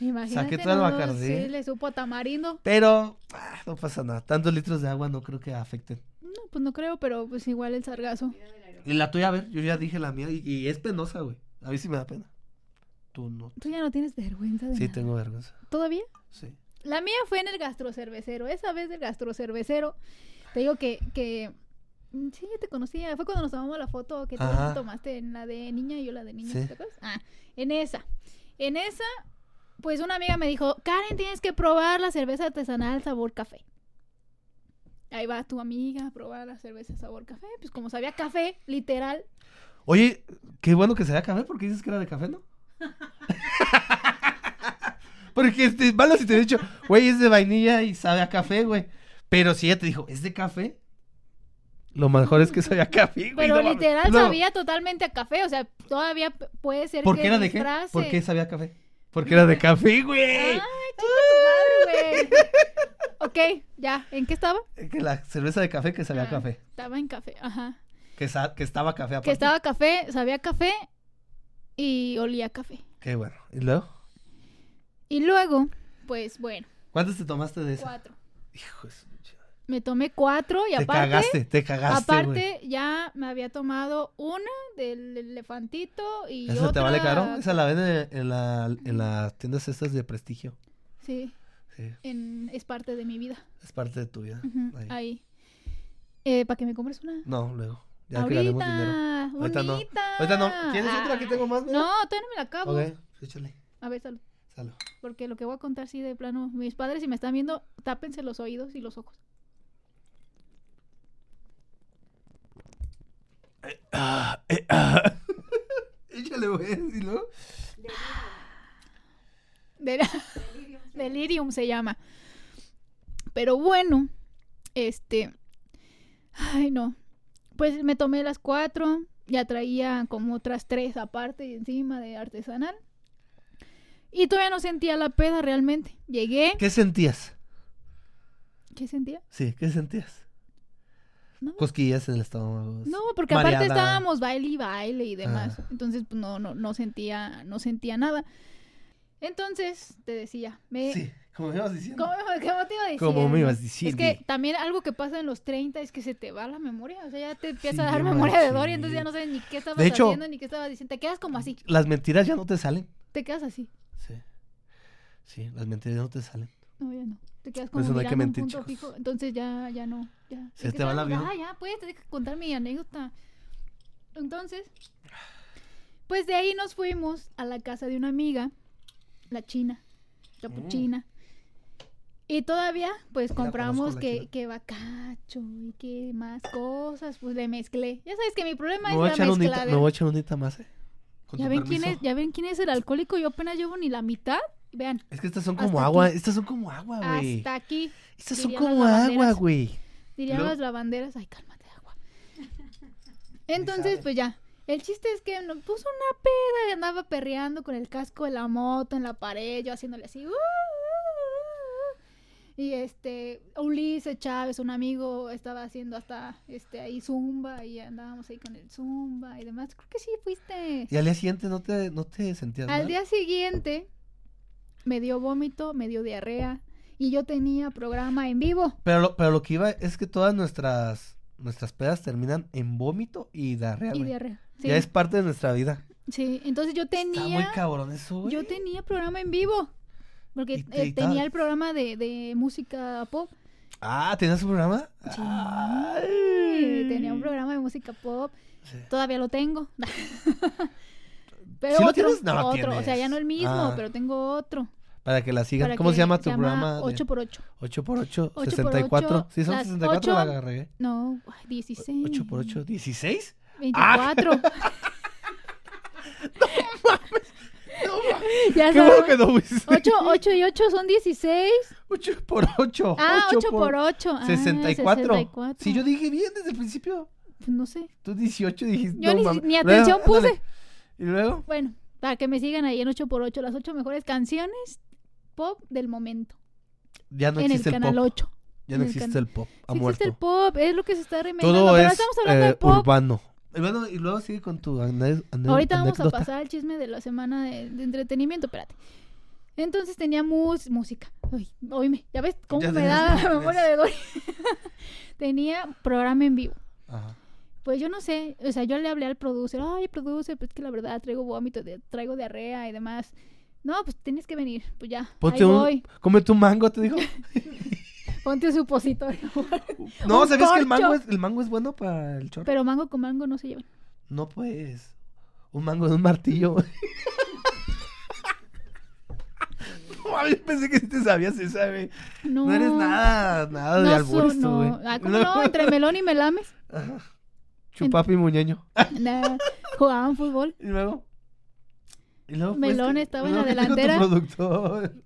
[SPEAKER 2] Imagínate.
[SPEAKER 1] Saqué todo el
[SPEAKER 2] no,
[SPEAKER 1] Bacardí.
[SPEAKER 2] Sí, le supo a tamarindo.
[SPEAKER 1] Pero ah, no pasa nada. Tantos litros de agua no creo que afecten.
[SPEAKER 2] No, pues no creo, pero pues igual el sargazo.
[SPEAKER 1] Y la tuya, a ver, yo ya dije la mía y, y es penosa, güey. A mí sí me da pena. Tú no.
[SPEAKER 2] Tú ya no tienes vergüenza de
[SPEAKER 1] Sí,
[SPEAKER 2] nada.
[SPEAKER 1] tengo vergüenza.
[SPEAKER 2] ¿Todavía?
[SPEAKER 1] Sí.
[SPEAKER 2] La mía fue en el gastrocervecero. Esa vez del gastrocervecero. Te digo que, que mm, sí, te conocía. Fue cuando nos tomamos la foto que tú
[SPEAKER 1] Ajá.
[SPEAKER 2] tomaste en la de niña y yo la de niña.
[SPEAKER 1] Sí.
[SPEAKER 2] ¿te acuerdas? Ah, en esa. En esa, pues una amiga me dijo, Karen, tienes que probar la cerveza artesanal sabor café. Ahí va tu amiga a probar la cerveza sabor café. Pues como sabía café, literal,
[SPEAKER 1] Oye, qué bueno que se da café porque dices que era de café, ¿no? porque este, malo si te he dicho, güey, es de vainilla y sabe a café, güey. Pero si ella te dijo, es de café, lo mejor es que sabe a café, güey.
[SPEAKER 2] Pero
[SPEAKER 1] no mames.
[SPEAKER 2] literal
[SPEAKER 1] No.
[SPEAKER 2] sabía totalmente a café, o sea, todavía p- puede ser
[SPEAKER 1] ¿Por
[SPEAKER 2] que
[SPEAKER 1] qué era de qué?
[SPEAKER 2] disfrace.
[SPEAKER 1] ¿Por qué sabía a café? Porque era de café, güey.
[SPEAKER 2] Ay, chica tu madre, güey. ok, ya, ¿en qué estaba?
[SPEAKER 1] Que la cerveza de café que sabía a
[SPEAKER 2] Ah,
[SPEAKER 1] café.
[SPEAKER 2] Estaba en café, ajá.
[SPEAKER 1] Que, sa- que estaba café aparte.
[SPEAKER 2] Que estaba café, sabía café y olía café.
[SPEAKER 1] Qué bueno. ¿Y luego?
[SPEAKER 2] Y luego, pues bueno,
[SPEAKER 1] ¿Cuántas te tomaste de esa?
[SPEAKER 2] cuatro.
[SPEAKER 1] Hijo de su pinche-
[SPEAKER 2] Me tomé cuatro y
[SPEAKER 1] Te
[SPEAKER 2] aparte,
[SPEAKER 1] cagaste, te cagaste, güey.
[SPEAKER 2] aparte ya me había tomado una del elefantito y
[SPEAKER 1] ¿Esa te
[SPEAKER 2] otra.
[SPEAKER 1] vale caro? Esa la venden en, en la- en las tiendas estas de prestigio.
[SPEAKER 2] Sí,
[SPEAKER 1] Sí,
[SPEAKER 2] en- es parte de mi vida.
[SPEAKER 1] es parte de tu vida.
[SPEAKER 2] Ujú,
[SPEAKER 1] Ahí.
[SPEAKER 2] ahí. Eh, ¿Para que me compres una.
[SPEAKER 1] No, luego. Ya ganemos dinero.
[SPEAKER 2] Ahorita.
[SPEAKER 1] Ahorita no.
[SPEAKER 2] bonita.
[SPEAKER 1] Ahorita no. ¿Quieres otra? Aquí tengo más,
[SPEAKER 2] Ah,
[SPEAKER 1] mira.
[SPEAKER 2] No, todavía no me la acabo.
[SPEAKER 1] Ok, échale.
[SPEAKER 2] A ver, salud.
[SPEAKER 1] Salud.
[SPEAKER 2] Porque lo que voy a contar, sí, de plano. Mis padres, si me están viendo, tápense los oídos y los ojos.
[SPEAKER 1] Ah, eh, ah. échale, güey. ¿Y luego?
[SPEAKER 2] De- Delirium se llama. Pero bueno, este. Ay, no. Pues me tomé las cuatro. Ya traía como otras tres aparte y encima de artesanal. Y todavía no sentía la peda realmente. Llegué.
[SPEAKER 1] ¿Qué sentías?
[SPEAKER 2] ¿Qué sentía?
[SPEAKER 1] Sí, ¿qué sentías?
[SPEAKER 2] No.
[SPEAKER 1] Cosquillas en el estómago.
[SPEAKER 2] No, porque aparte
[SPEAKER 1] Mareada.
[SPEAKER 2] estábamos baile y baile y demás.
[SPEAKER 1] Ah.
[SPEAKER 2] Entonces, pues, no, no, no sentía, no sentía nada. Entonces, te decía, me,
[SPEAKER 1] Sí, como me ibas diciendo.
[SPEAKER 2] eh. ¿cómo, cómo te iba diciendo?
[SPEAKER 1] Como me ibas diciendo.
[SPEAKER 2] Es que también algo que pasa en los 30 es que se te va la memoria. O sea, ya te empieza a
[SPEAKER 1] Sí,
[SPEAKER 2] dar memoria de
[SPEAKER 1] machín.
[SPEAKER 2] Dory, entonces ya no sabes ni qué estabas
[SPEAKER 1] De hecho-
[SPEAKER 2] haciendo ni qué estabas diciendo. Te quedas como así,
[SPEAKER 1] Las mentiras ya no te salen.
[SPEAKER 2] te quedas así.
[SPEAKER 1] Sí. Sí, las mentiras ya no te salen.
[SPEAKER 2] No, ya no. Te quedas
[SPEAKER 1] Por
[SPEAKER 2] como
[SPEAKER 1] eso no hay
[SPEAKER 2] mirando
[SPEAKER 1] que
[SPEAKER 2] un
[SPEAKER 1] mentir, chicos.
[SPEAKER 2] punto fijo. Entonces ya, ya no. Ya.
[SPEAKER 1] Se
[SPEAKER 2] ¿De qué
[SPEAKER 1] te va el
[SPEAKER 2] estábamos?
[SPEAKER 1] avión.
[SPEAKER 2] Ah, ya, pues, te deja contar mi anécdota. Entonces, pues de ahí nos fuimos a la casa de una amiga, la china, capuchina. Y todavía, pues
[SPEAKER 1] Mm. la
[SPEAKER 2] compramos
[SPEAKER 1] conozco, la
[SPEAKER 2] que,
[SPEAKER 1] china.
[SPEAKER 2] que bacacho y que más cosas, pues le mezclé. Ya sabes que mi problema
[SPEAKER 1] Me voy a
[SPEAKER 2] es
[SPEAKER 1] echar
[SPEAKER 2] la
[SPEAKER 1] un hita-
[SPEAKER 2] mezcla.
[SPEAKER 1] me voy a echar un hita más, eh. Con
[SPEAKER 2] ¿Ya
[SPEAKER 1] tu
[SPEAKER 2] ven, quién
[SPEAKER 1] permiso.
[SPEAKER 2] es, ya ven quién es el alcohólico, yo apenas llevo ni la mitad. Vean,
[SPEAKER 1] Es que estas son
[SPEAKER 2] Hasta
[SPEAKER 1] como
[SPEAKER 2] aquí.
[SPEAKER 1] agua, estas son como agua, güey.
[SPEAKER 2] hasta aquí.
[SPEAKER 1] Estas son
[SPEAKER 2] dirían las
[SPEAKER 1] como agua,
[SPEAKER 2] lavanderas.
[SPEAKER 1] güey.
[SPEAKER 2] Dirían
[SPEAKER 1] Luego-
[SPEAKER 2] las lavanderas, ay, cálmate, agua. Entonces,
[SPEAKER 1] sabe.
[SPEAKER 2] pues ya. El chiste es que nos puso una peda y andaba perreando con el casco de la moto en la pared, yo haciéndole así. "Uh, uh, uh, uh". Y este, Ulises Chávez, un amigo, estaba haciendo hasta este ahí zumba y andábamos ahí con el zumba y demás. Creo que sí fuiste.
[SPEAKER 1] Y al día siguiente no te, no te sentías mal.
[SPEAKER 2] Al día siguiente me dio vómito, me dio diarrea y yo tenía programa en vivo.
[SPEAKER 1] Pero lo, pero lo que iba es que todas nuestras nuestras pedas terminan en vómito y diarrea,
[SPEAKER 2] Y
[SPEAKER 1] güey.
[SPEAKER 2] diarrea. Sí.
[SPEAKER 1] Ya es parte de nuestra vida.
[SPEAKER 2] Sí, entonces yo
[SPEAKER 1] Está muy
[SPEAKER 2] tenía,
[SPEAKER 1] cabrón eso, güey.
[SPEAKER 2] yo tenía programa en vivo, porque
[SPEAKER 1] Y te-
[SPEAKER 2] eh,
[SPEAKER 1] y
[SPEAKER 2] tenía
[SPEAKER 1] tal.
[SPEAKER 2] el programa de, de música pop
[SPEAKER 1] Ah, ¿tenías un programa?
[SPEAKER 2] Sí,
[SPEAKER 1] Ay.
[SPEAKER 2] Tenía un programa de música pop.
[SPEAKER 1] Sí.
[SPEAKER 2] Todavía lo tengo. pero
[SPEAKER 1] ¿Sí lo
[SPEAKER 2] otro,
[SPEAKER 1] tienes? No lo
[SPEAKER 2] otro. O
[SPEAKER 1] tienes.
[SPEAKER 2] sea, ya no el mismo,
[SPEAKER 1] Ah.
[SPEAKER 2] pero tengo otro.
[SPEAKER 1] Para que la sigan.
[SPEAKER 2] para
[SPEAKER 1] ¿Cómo
[SPEAKER 2] que-
[SPEAKER 1] se llama tu programa?
[SPEAKER 2] 8x8.
[SPEAKER 1] 8x8,
[SPEAKER 2] Ocho por
[SPEAKER 1] 64.
[SPEAKER 2] ocho,
[SPEAKER 1] sí, son
[SPEAKER 2] las
[SPEAKER 1] 64, la
[SPEAKER 2] ocho.
[SPEAKER 1] agarré.
[SPEAKER 2] No, ay, 16.
[SPEAKER 1] 8x8, 16.
[SPEAKER 2] 24.
[SPEAKER 1] Ah. No, mames,
[SPEAKER 2] ya
[SPEAKER 1] qué bueno
[SPEAKER 2] sabes.
[SPEAKER 1] que no fuiste.
[SPEAKER 2] 8, 8 y 8 son 16.
[SPEAKER 1] 8x8.
[SPEAKER 2] Ah, 8 por 8.
[SPEAKER 1] 64. Sí, yo dije bien desde el principio.
[SPEAKER 2] Pues No sé.
[SPEAKER 1] Tú 18 dijiste.
[SPEAKER 2] Yo
[SPEAKER 1] no,
[SPEAKER 2] ni-
[SPEAKER 1] mames.
[SPEAKER 2] ni
[SPEAKER 1] Luego,
[SPEAKER 2] atención
[SPEAKER 1] ándale.
[SPEAKER 2] puse.
[SPEAKER 1] Y luego,
[SPEAKER 2] Bueno, para que me sigan ahí en 8 por 8 las 8 mejores canciones pop del momento.
[SPEAKER 1] ya no
[SPEAKER 2] en el
[SPEAKER 1] existe el,
[SPEAKER 2] canal
[SPEAKER 1] pop.
[SPEAKER 2] 8.
[SPEAKER 1] Ya no
[SPEAKER 2] en el
[SPEAKER 1] existe
[SPEAKER 2] canal.
[SPEAKER 1] el pop. Ha
[SPEAKER 2] Sí
[SPEAKER 1] muerto.
[SPEAKER 2] existe el pop, es lo que se está remendando.
[SPEAKER 1] Todo
[SPEAKER 2] pero
[SPEAKER 1] es
[SPEAKER 2] estamos hablando
[SPEAKER 1] eh,
[SPEAKER 2] de pop.
[SPEAKER 1] urbano. Y bueno, y luego sigue con tu ane- ane-
[SPEAKER 2] Ahorita vamos a
[SPEAKER 1] anécdota.
[SPEAKER 2] pasar al chisme de la semana de, de entretenimiento, espérate. Entonces teníamos música. Uy, oíme, ya ves cómo
[SPEAKER 1] Ya
[SPEAKER 2] me
[SPEAKER 1] tenías
[SPEAKER 2] da la
[SPEAKER 1] música.
[SPEAKER 2] memoria de Gloria. Tenía programa en vivo.
[SPEAKER 1] Ajá.
[SPEAKER 2] Pues yo no sé, o sea, yo le hablé al producer, ay, producer, pues que la verdad traigo vómito, de- traigo diarrea y demás. No, pues tienes que venir, pues ya,
[SPEAKER 1] Ponte
[SPEAKER 2] ahí
[SPEAKER 1] un,
[SPEAKER 2] voy,
[SPEAKER 1] come tu mango, te dijo.
[SPEAKER 2] ponte un supositorio.
[SPEAKER 1] No,
[SPEAKER 2] Un
[SPEAKER 1] ¿sabías que el
[SPEAKER 2] corcho.
[SPEAKER 1] mango, es, el mango es bueno para el chorro?
[SPEAKER 2] Pero mango con mango no se llevan.
[SPEAKER 1] No, pues. Un mango de un martillo. No mames, pensé que sí te sabías esa, güey.
[SPEAKER 2] No,
[SPEAKER 1] No eres nada, nada
[SPEAKER 2] no
[SPEAKER 1] de
[SPEAKER 2] so-
[SPEAKER 1] albures tú, güey.
[SPEAKER 2] no. Ah, ¿cómo no? Entre melón y melames.
[SPEAKER 1] Chupapi muñeño.
[SPEAKER 2] Nah, jugaban fútbol.
[SPEAKER 1] Y luego. Y luego
[SPEAKER 2] Melón
[SPEAKER 1] que-
[SPEAKER 2] estaba
[SPEAKER 1] y
[SPEAKER 2] en
[SPEAKER 1] luego
[SPEAKER 2] la
[SPEAKER 1] que con tu
[SPEAKER 2] delantera.
[SPEAKER 1] productor.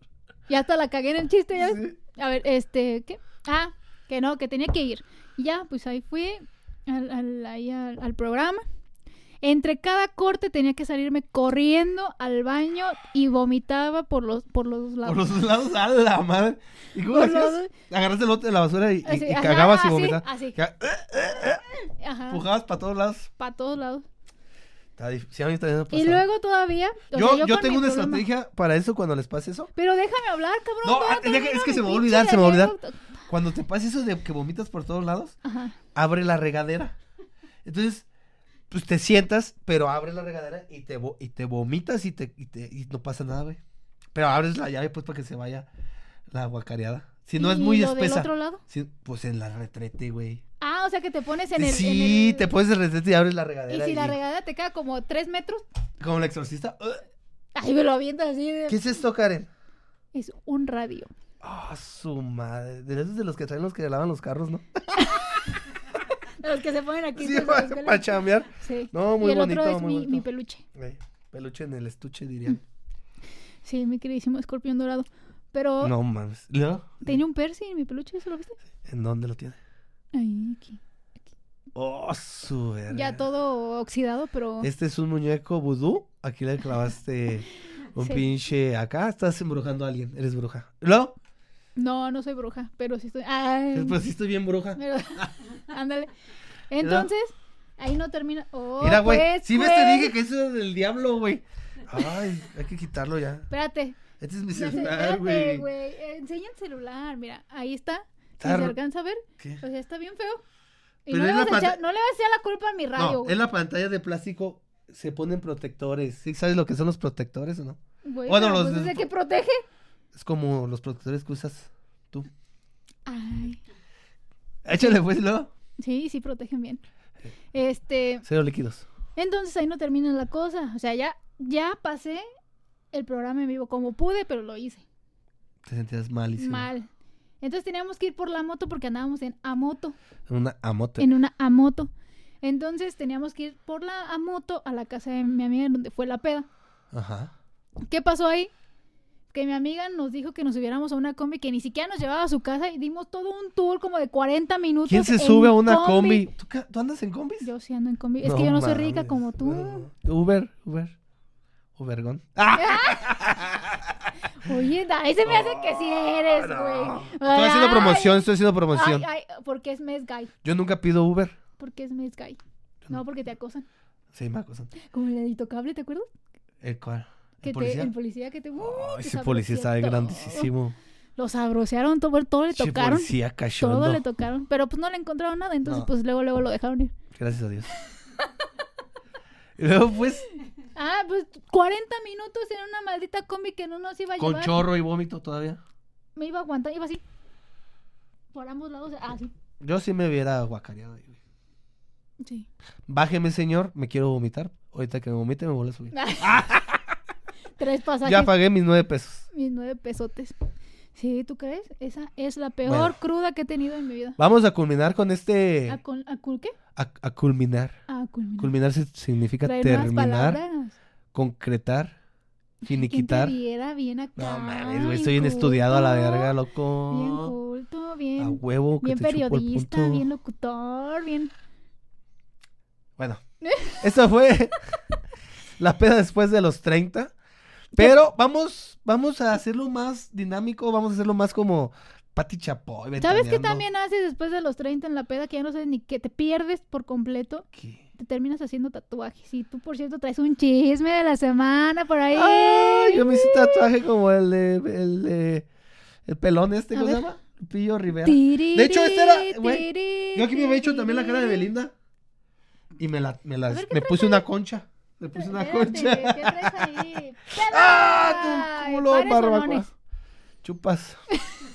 [SPEAKER 2] Ya hasta la cagué en el chiste, ya ves.
[SPEAKER 1] Sí.
[SPEAKER 2] A ver, este, ¿qué? Ah, que no, que tenía que ir. Y ya, pues ahí fui al, al- ahí al- al programa. Entre cada corte tenía que salirme corriendo al baño y vomitaba por los, por los lados.
[SPEAKER 1] Por los lados, a la madre. ¿Y cómo lo
[SPEAKER 2] Por
[SPEAKER 1] hacías?
[SPEAKER 2] los-
[SPEAKER 1] Agarraste el bote de la basura y, y-
[SPEAKER 2] Así,
[SPEAKER 1] y
[SPEAKER 2] ajá,
[SPEAKER 1] cagabas y
[SPEAKER 2] así,
[SPEAKER 1] vomitabas.
[SPEAKER 2] así. Ah.
[SPEAKER 1] Ca- eh,
[SPEAKER 2] Ajá,
[SPEAKER 1] Empujabas para todos lados.
[SPEAKER 2] para todos lados.
[SPEAKER 1] Está difícil. Sí, a mí también me
[SPEAKER 2] Y
[SPEAKER 1] pasaba.
[SPEAKER 2] luego todavía... o
[SPEAKER 1] Yo, yo,
[SPEAKER 2] sea, con mi
[SPEAKER 1] tengo una
[SPEAKER 2] problema-
[SPEAKER 1] estrategia para eso cuando les pase eso.
[SPEAKER 2] Pero déjame hablar, cabrón.
[SPEAKER 1] No,
[SPEAKER 2] todavía
[SPEAKER 1] ah, deja-
[SPEAKER 2] termino
[SPEAKER 1] es que
[SPEAKER 2] mi
[SPEAKER 1] se me va a
[SPEAKER 2] pinche
[SPEAKER 1] olvidar, se me va a
[SPEAKER 2] diarrea.
[SPEAKER 1] Cuando te pase eso de que vomitas por todos lados,
[SPEAKER 2] Ajá.
[SPEAKER 1] abre la regadera. Entonces, pues te sientas, pero abres la regadera y te, vo- y te vomitas y, te, y, te- y no pasa nada, güey. Pero abres la llave pues para que se vaya la guacareada. Si no es
[SPEAKER 2] ¿Y
[SPEAKER 1] muy
[SPEAKER 2] lo del
[SPEAKER 1] espesa.
[SPEAKER 2] otro lado?
[SPEAKER 1] Sí, pues en la retrete, güey.
[SPEAKER 2] Ah, o sea que te pones en el... en
[SPEAKER 1] sí,
[SPEAKER 2] el-
[SPEAKER 1] te pones de retrete y abres la
[SPEAKER 2] Y
[SPEAKER 1] regadera.
[SPEAKER 2] si la regadera te queda como 3 metros,
[SPEAKER 1] Como el exorcista. ¡Ugh!
[SPEAKER 2] ahí me lo avientas así. de-
[SPEAKER 1] ¿Qué es esto, Karen?
[SPEAKER 2] Es un radio.
[SPEAKER 1] Ah, su madre. De esos de los que traen los que lavan los carros, ¿no?
[SPEAKER 2] De los que se ponen aquí.
[SPEAKER 1] Sí,
[SPEAKER 2] pues,
[SPEAKER 1] para,
[SPEAKER 2] los que-
[SPEAKER 1] para chambear.
[SPEAKER 2] Sí.
[SPEAKER 1] No, muy
[SPEAKER 2] y el
[SPEAKER 1] bonito,
[SPEAKER 2] otro es
[SPEAKER 1] muy
[SPEAKER 2] mi,
[SPEAKER 1] bonito.
[SPEAKER 2] mi peluche.
[SPEAKER 1] Eh, peluche en el estuche, dirían.
[SPEAKER 2] Sí, mi queridísimo escorpión dorado. Pero
[SPEAKER 1] No mames. ¿Luego?
[SPEAKER 2] tenía un piercing en mi peluche, ¿eso lo viste?
[SPEAKER 1] ¿En dónde lo tiene?
[SPEAKER 2] Ahí, aquí.
[SPEAKER 1] Oh, su verga.
[SPEAKER 2] Ya todo oxidado, pero...
[SPEAKER 1] Este es un muñeco vudú. Aquí le clavaste un
[SPEAKER 2] Sí.
[SPEAKER 1] pinche acá. Estás embrujando a alguien. Eres bruja. ¿Luego?
[SPEAKER 2] No, no soy bruja, pero sí estoy... Ay,
[SPEAKER 1] Pues sí estoy bien bruja.
[SPEAKER 2] Mm. pero- Ándale. Entonces, ahí no termina... Oh,
[SPEAKER 1] Mira, güey.
[SPEAKER 2] pues,
[SPEAKER 1] sí ves, te
[SPEAKER 2] pues.
[SPEAKER 1] dije que eso es del diablo, güey. Ay, hay que quitarlo ya.
[SPEAKER 2] Espérate,
[SPEAKER 1] Este es mi
[SPEAKER 2] ya sé,
[SPEAKER 1] celular,
[SPEAKER 2] espérate,
[SPEAKER 1] güey.
[SPEAKER 2] güey. Eh, Enseña el celular, mira, ahí está. Si se
[SPEAKER 1] Está r-
[SPEAKER 2] alcanza a ver,
[SPEAKER 1] ¿Qué?
[SPEAKER 2] o sea, está bien feo. Y
[SPEAKER 1] Pero
[SPEAKER 2] no le,
[SPEAKER 1] es la
[SPEAKER 2] vas a
[SPEAKER 1] pata-
[SPEAKER 2] echar, no le vas a echar la culpa a mi radio,
[SPEAKER 1] No,
[SPEAKER 2] güey.
[SPEAKER 1] en la pantalla de plástico se ponen protectores. ¿Sí sabes lo que son los protectores o no?
[SPEAKER 2] Güey,
[SPEAKER 1] Bueno,
[SPEAKER 2] pero,
[SPEAKER 1] los
[SPEAKER 2] pues,
[SPEAKER 1] del-
[SPEAKER 2] ¿es el que protege?
[SPEAKER 1] Es como los protectores que usas tú.
[SPEAKER 2] Ay,
[SPEAKER 1] Échale, pues, luego.
[SPEAKER 2] sí, sí protegen bien. Este,
[SPEAKER 1] Cero líquidos.
[SPEAKER 2] entonces ahí no termina la cosa. O sea, ya, ya pasé el programa en vivo como pude, pero lo hice.
[SPEAKER 1] Te sentías malísimo.
[SPEAKER 2] Mal. Entonces teníamos que ir por la moto porque andábamos en a moto,
[SPEAKER 1] Una amote.
[SPEAKER 2] en una a moto. Entonces teníamos que ir por la a moto a la casa de mi amiga en donde fue la peda.
[SPEAKER 1] Ajá.
[SPEAKER 2] ¿Qué pasó ahí? Que mi amiga nos dijo que nos subiéramos a una combi que ni siquiera nos llevaba a su casa y dimos todo un tour como de 40 minutos.
[SPEAKER 1] ¿Quién se
[SPEAKER 2] en
[SPEAKER 1] sube a una combi? ¿Tú, ca- tú andas en combis?
[SPEAKER 2] Yo sí ando en combi. Es que yo no soy rica
[SPEAKER 1] mames,
[SPEAKER 2] como tú.
[SPEAKER 1] no. Uber, Uber. Ubergón. ¡Ah!
[SPEAKER 2] Oye, da- ahí se me hace que sí eres, güey.
[SPEAKER 1] Estoy haciendo promoción, estoy haciendo promoción.
[SPEAKER 2] Ay, ay, porque es mes guy.
[SPEAKER 1] Yo nunca pido Uber.
[SPEAKER 2] Porque es mes guy.
[SPEAKER 1] Yo
[SPEAKER 2] No, porque te acosan.
[SPEAKER 1] Sí, me acosan.
[SPEAKER 2] Como el dedito cable, ¿te acuerdas?
[SPEAKER 1] ¿El cual? ¿El
[SPEAKER 2] Que
[SPEAKER 1] policía?
[SPEAKER 2] Te, el policía que te. Uy,
[SPEAKER 1] Ay,
[SPEAKER 2] te
[SPEAKER 1] ese policía está
[SPEAKER 2] sabroció
[SPEAKER 1] grandísimo.
[SPEAKER 2] todo. Lo sabrosearon todo, todo le
[SPEAKER 1] Ese
[SPEAKER 2] tocaron.
[SPEAKER 1] policía cachondo.
[SPEAKER 2] Todo le tocaron. Pero pues no le encontraron nada. Entonces,
[SPEAKER 1] No.
[SPEAKER 2] pues luego, luego lo dejaron ir.
[SPEAKER 1] Gracias a Dios. y luego, pues,
[SPEAKER 2] Ah, pues 40 minutos en una maldita combi que no nos iba a
[SPEAKER 1] con
[SPEAKER 2] llevar.
[SPEAKER 1] chorro y vómito todavía.
[SPEAKER 2] Me iba a aguantar, iba así. por ambos lados. Ah, sí.
[SPEAKER 1] Yo sí me hubiera guacareado. ahí, güey.
[SPEAKER 2] Sí.
[SPEAKER 1] Bájeme, señor, me quiero vomitar. Ahorita que me vomite, me vuelvo a subir.
[SPEAKER 2] Tres pasajes.
[SPEAKER 1] Ya pagué mis nueve pesos.
[SPEAKER 2] Mis nueve pesotes. Sí, ¿tú crees? Esa es la peor
[SPEAKER 1] Bueno.
[SPEAKER 2] cruda que he tenido en mi vida.
[SPEAKER 1] Vamos a culminar con este.
[SPEAKER 2] ¿A, cul- a cul- qué?
[SPEAKER 1] A, a culminar.
[SPEAKER 2] A culminar.
[SPEAKER 1] Culminar se- significa
[SPEAKER 2] Traer nuevas
[SPEAKER 1] terminar,
[SPEAKER 2] palabras.
[SPEAKER 1] concretar,
[SPEAKER 2] ¿Quién te
[SPEAKER 1] finiquitar.
[SPEAKER 2] viera bien acá?
[SPEAKER 1] No mames, güey, estoy bien estudiado a la
[SPEAKER 2] culto,
[SPEAKER 1] verga,
[SPEAKER 2] Bien
[SPEAKER 1] loco.
[SPEAKER 2] culto,
[SPEAKER 1] Ah, a
[SPEAKER 2] bien,
[SPEAKER 1] huevo, que
[SPEAKER 2] bien
[SPEAKER 1] te chupo el
[SPEAKER 2] periodista,
[SPEAKER 1] punto.
[SPEAKER 2] bien locutor, bien...
[SPEAKER 1] Bueno, esta fue la peda después de los 30. Pero vamos, vamos a hacerlo más dinámico, vamos a hacerlo más como Pati Chapoy.
[SPEAKER 2] ¿Sabes qué
[SPEAKER 1] ventaneando.
[SPEAKER 2] también haces después de los 30 en la peda? Que ya no sabes ni qué, te pierdes por completo.
[SPEAKER 1] ¿Qué?
[SPEAKER 2] Te terminas haciendo tatuajes. Y tú, por cierto, traes un chisme de la semana por ahí.
[SPEAKER 1] Ay, yo me hice un tatuaje como el de- el, de- el pelón este,
[SPEAKER 2] A
[SPEAKER 1] ¿cómo se
[SPEAKER 2] ver.
[SPEAKER 1] llama? Pillo Rivera.
[SPEAKER 2] Tiriri,
[SPEAKER 1] De hecho, este era- güey,
[SPEAKER 2] tiriri,
[SPEAKER 1] Yo aquí me había hecho también la cara de
[SPEAKER 2] tiriri.
[SPEAKER 1] Belinda. Y me la, me
[SPEAKER 2] A
[SPEAKER 1] las-
[SPEAKER 2] ver, ¿qué
[SPEAKER 1] me puse una concha. Me puse una
[SPEAKER 2] Espérate,
[SPEAKER 1] concha.
[SPEAKER 2] ¿Qué traes ahí?
[SPEAKER 1] ¡Ah!
[SPEAKER 2] Ay,
[SPEAKER 1] ¿Cómo lo
[SPEAKER 2] pares
[SPEAKER 1] barbacoa?
[SPEAKER 2] solones.
[SPEAKER 1] Chupas.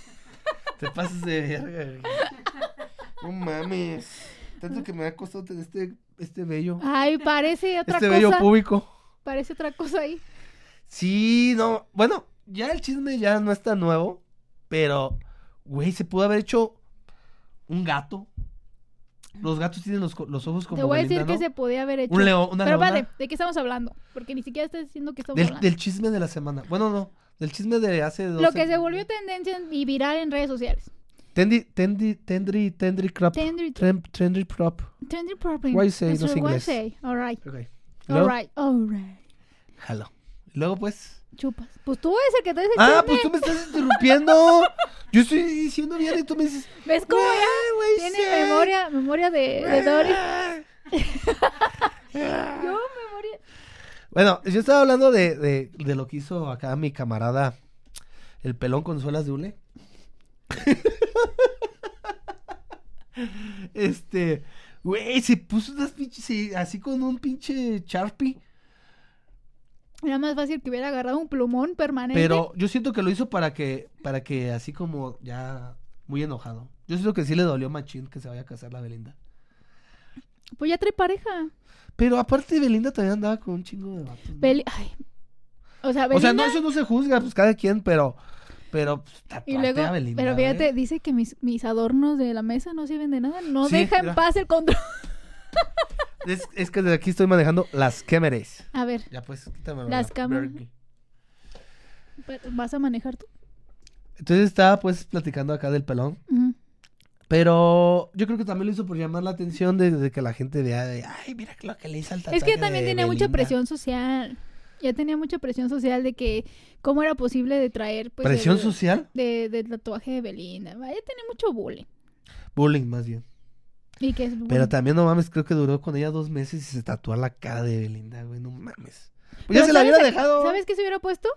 [SPEAKER 1] Te pasas de verga. güey. No mames. Tanto que me ha costado tener este, este bello.
[SPEAKER 2] Ay, parece Ah, otra
[SPEAKER 1] Este bello
[SPEAKER 2] cosa.
[SPEAKER 1] público.
[SPEAKER 2] Parece otra cosa ahí.
[SPEAKER 1] Sí, no. Bueno, ya el chisme ya no está nuevo. Pero, güey, se pudo haber hecho un gato. Los gatos tienen los, co- los ojos como.
[SPEAKER 2] Te voy a decir
[SPEAKER 1] Belinda,
[SPEAKER 2] que
[SPEAKER 1] ¿no?
[SPEAKER 2] se podía haber hecho.
[SPEAKER 1] Un león, una
[SPEAKER 2] Pero
[SPEAKER 1] leona.
[SPEAKER 2] vale, ¿de qué estamos hablando? Porque ni siquiera estás diciendo que estamos
[SPEAKER 1] Del,
[SPEAKER 2] hablando.
[SPEAKER 1] del chisme de la semana. Bueno, no. Del chisme de hace dos.
[SPEAKER 2] Lo que se volvió tendencia y viral en redes sociales.
[SPEAKER 1] Tendi, tendi, tendri, tendri crop.
[SPEAKER 2] Tendry,
[SPEAKER 1] Trem- Tendri prop.
[SPEAKER 2] tendry problem.
[SPEAKER 1] Why say, no
[SPEAKER 2] Mr.
[SPEAKER 1] sé
[SPEAKER 2] Why
[SPEAKER 1] inglés.
[SPEAKER 2] say? All right,
[SPEAKER 1] Ok.
[SPEAKER 2] all
[SPEAKER 1] Luego,
[SPEAKER 2] right, all right.
[SPEAKER 1] Jalo. Luego, pues.
[SPEAKER 2] Chupas. Pues tú eres el que traes el
[SPEAKER 1] Ah,
[SPEAKER 2] chisme.
[SPEAKER 1] pues tú me estás interrumpiendo. Yo estoy diciendo bien y tú me dices.
[SPEAKER 2] ¿Ves cómo
[SPEAKER 1] "Güey,
[SPEAKER 2] ya
[SPEAKER 1] güey,
[SPEAKER 2] tiene
[SPEAKER 1] sí".
[SPEAKER 2] memoria, memoria de, de Dory? Yo, memoria.
[SPEAKER 1] Bueno, yo estaba hablando de, de, de lo que hizo acá mi camarada, el pelón con suelas de hule. este, güey, se puso unas pinches, se- así con un pinche Sharpie.
[SPEAKER 2] Era más fácil que hubiera agarrado un plumón permanente.
[SPEAKER 1] Pero yo siento que lo hizo para que, para que así como ya muy enojado. Yo siento que sí le dolió machín que se vaya a casar la Belinda.
[SPEAKER 2] Pues ya trae pareja.
[SPEAKER 1] Pero aparte Belinda también andaba con un chingo de vatos, ¿no?
[SPEAKER 2] Beli- Ay. O sea,
[SPEAKER 1] O sea,
[SPEAKER 2] Belinda-
[SPEAKER 1] no, eso no se juzga, pues cada quien, pero, pero, pues,
[SPEAKER 2] Y
[SPEAKER 1] tatuate
[SPEAKER 2] luego,
[SPEAKER 1] a Belinda,
[SPEAKER 2] pero fíjate,
[SPEAKER 1] ¿eh?
[SPEAKER 2] dice que mis, mis adornos de la mesa no sirven de nada. No
[SPEAKER 1] Sí,
[SPEAKER 2] deja
[SPEAKER 1] mira.
[SPEAKER 2] en paz el control.
[SPEAKER 1] Es, es que desde aquí estoy manejando las cámaras.
[SPEAKER 2] A ver,
[SPEAKER 1] Ya pues, quítame
[SPEAKER 2] Las cámaras. ¿vas a manejar tú?
[SPEAKER 1] Entonces estaba pues platicando acá del pelón.
[SPEAKER 2] Ujú.
[SPEAKER 1] Pero yo creo que también lo hizo por llamar la atención de, de que la gente vea de, ay, mira lo que le hizo al tatuaje
[SPEAKER 2] Es que también
[SPEAKER 1] de
[SPEAKER 2] tenía mucha
[SPEAKER 1] Belinda".
[SPEAKER 2] presión social. Ya tenía mucha presión social de que cómo era posible de traer pues
[SPEAKER 1] ¿Presión
[SPEAKER 2] el-
[SPEAKER 1] social?
[SPEAKER 2] de, del tatuaje de Belinda. Ya tenía mucho bullying.
[SPEAKER 1] Bullying más bien.
[SPEAKER 2] Y que es bullying.
[SPEAKER 1] Pero también, no mames, creo que duró con ella dos meses y se tatuó la cara de Belinda, güey, no mames. Pues ya
[SPEAKER 2] Pero
[SPEAKER 1] se la
[SPEAKER 2] ¿sabes
[SPEAKER 1] hubiera
[SPEAKER 2] a-
[SPEAKER 1] dejado.
[SPEAKER 2] ¿Sabes qué se hubiera puesto?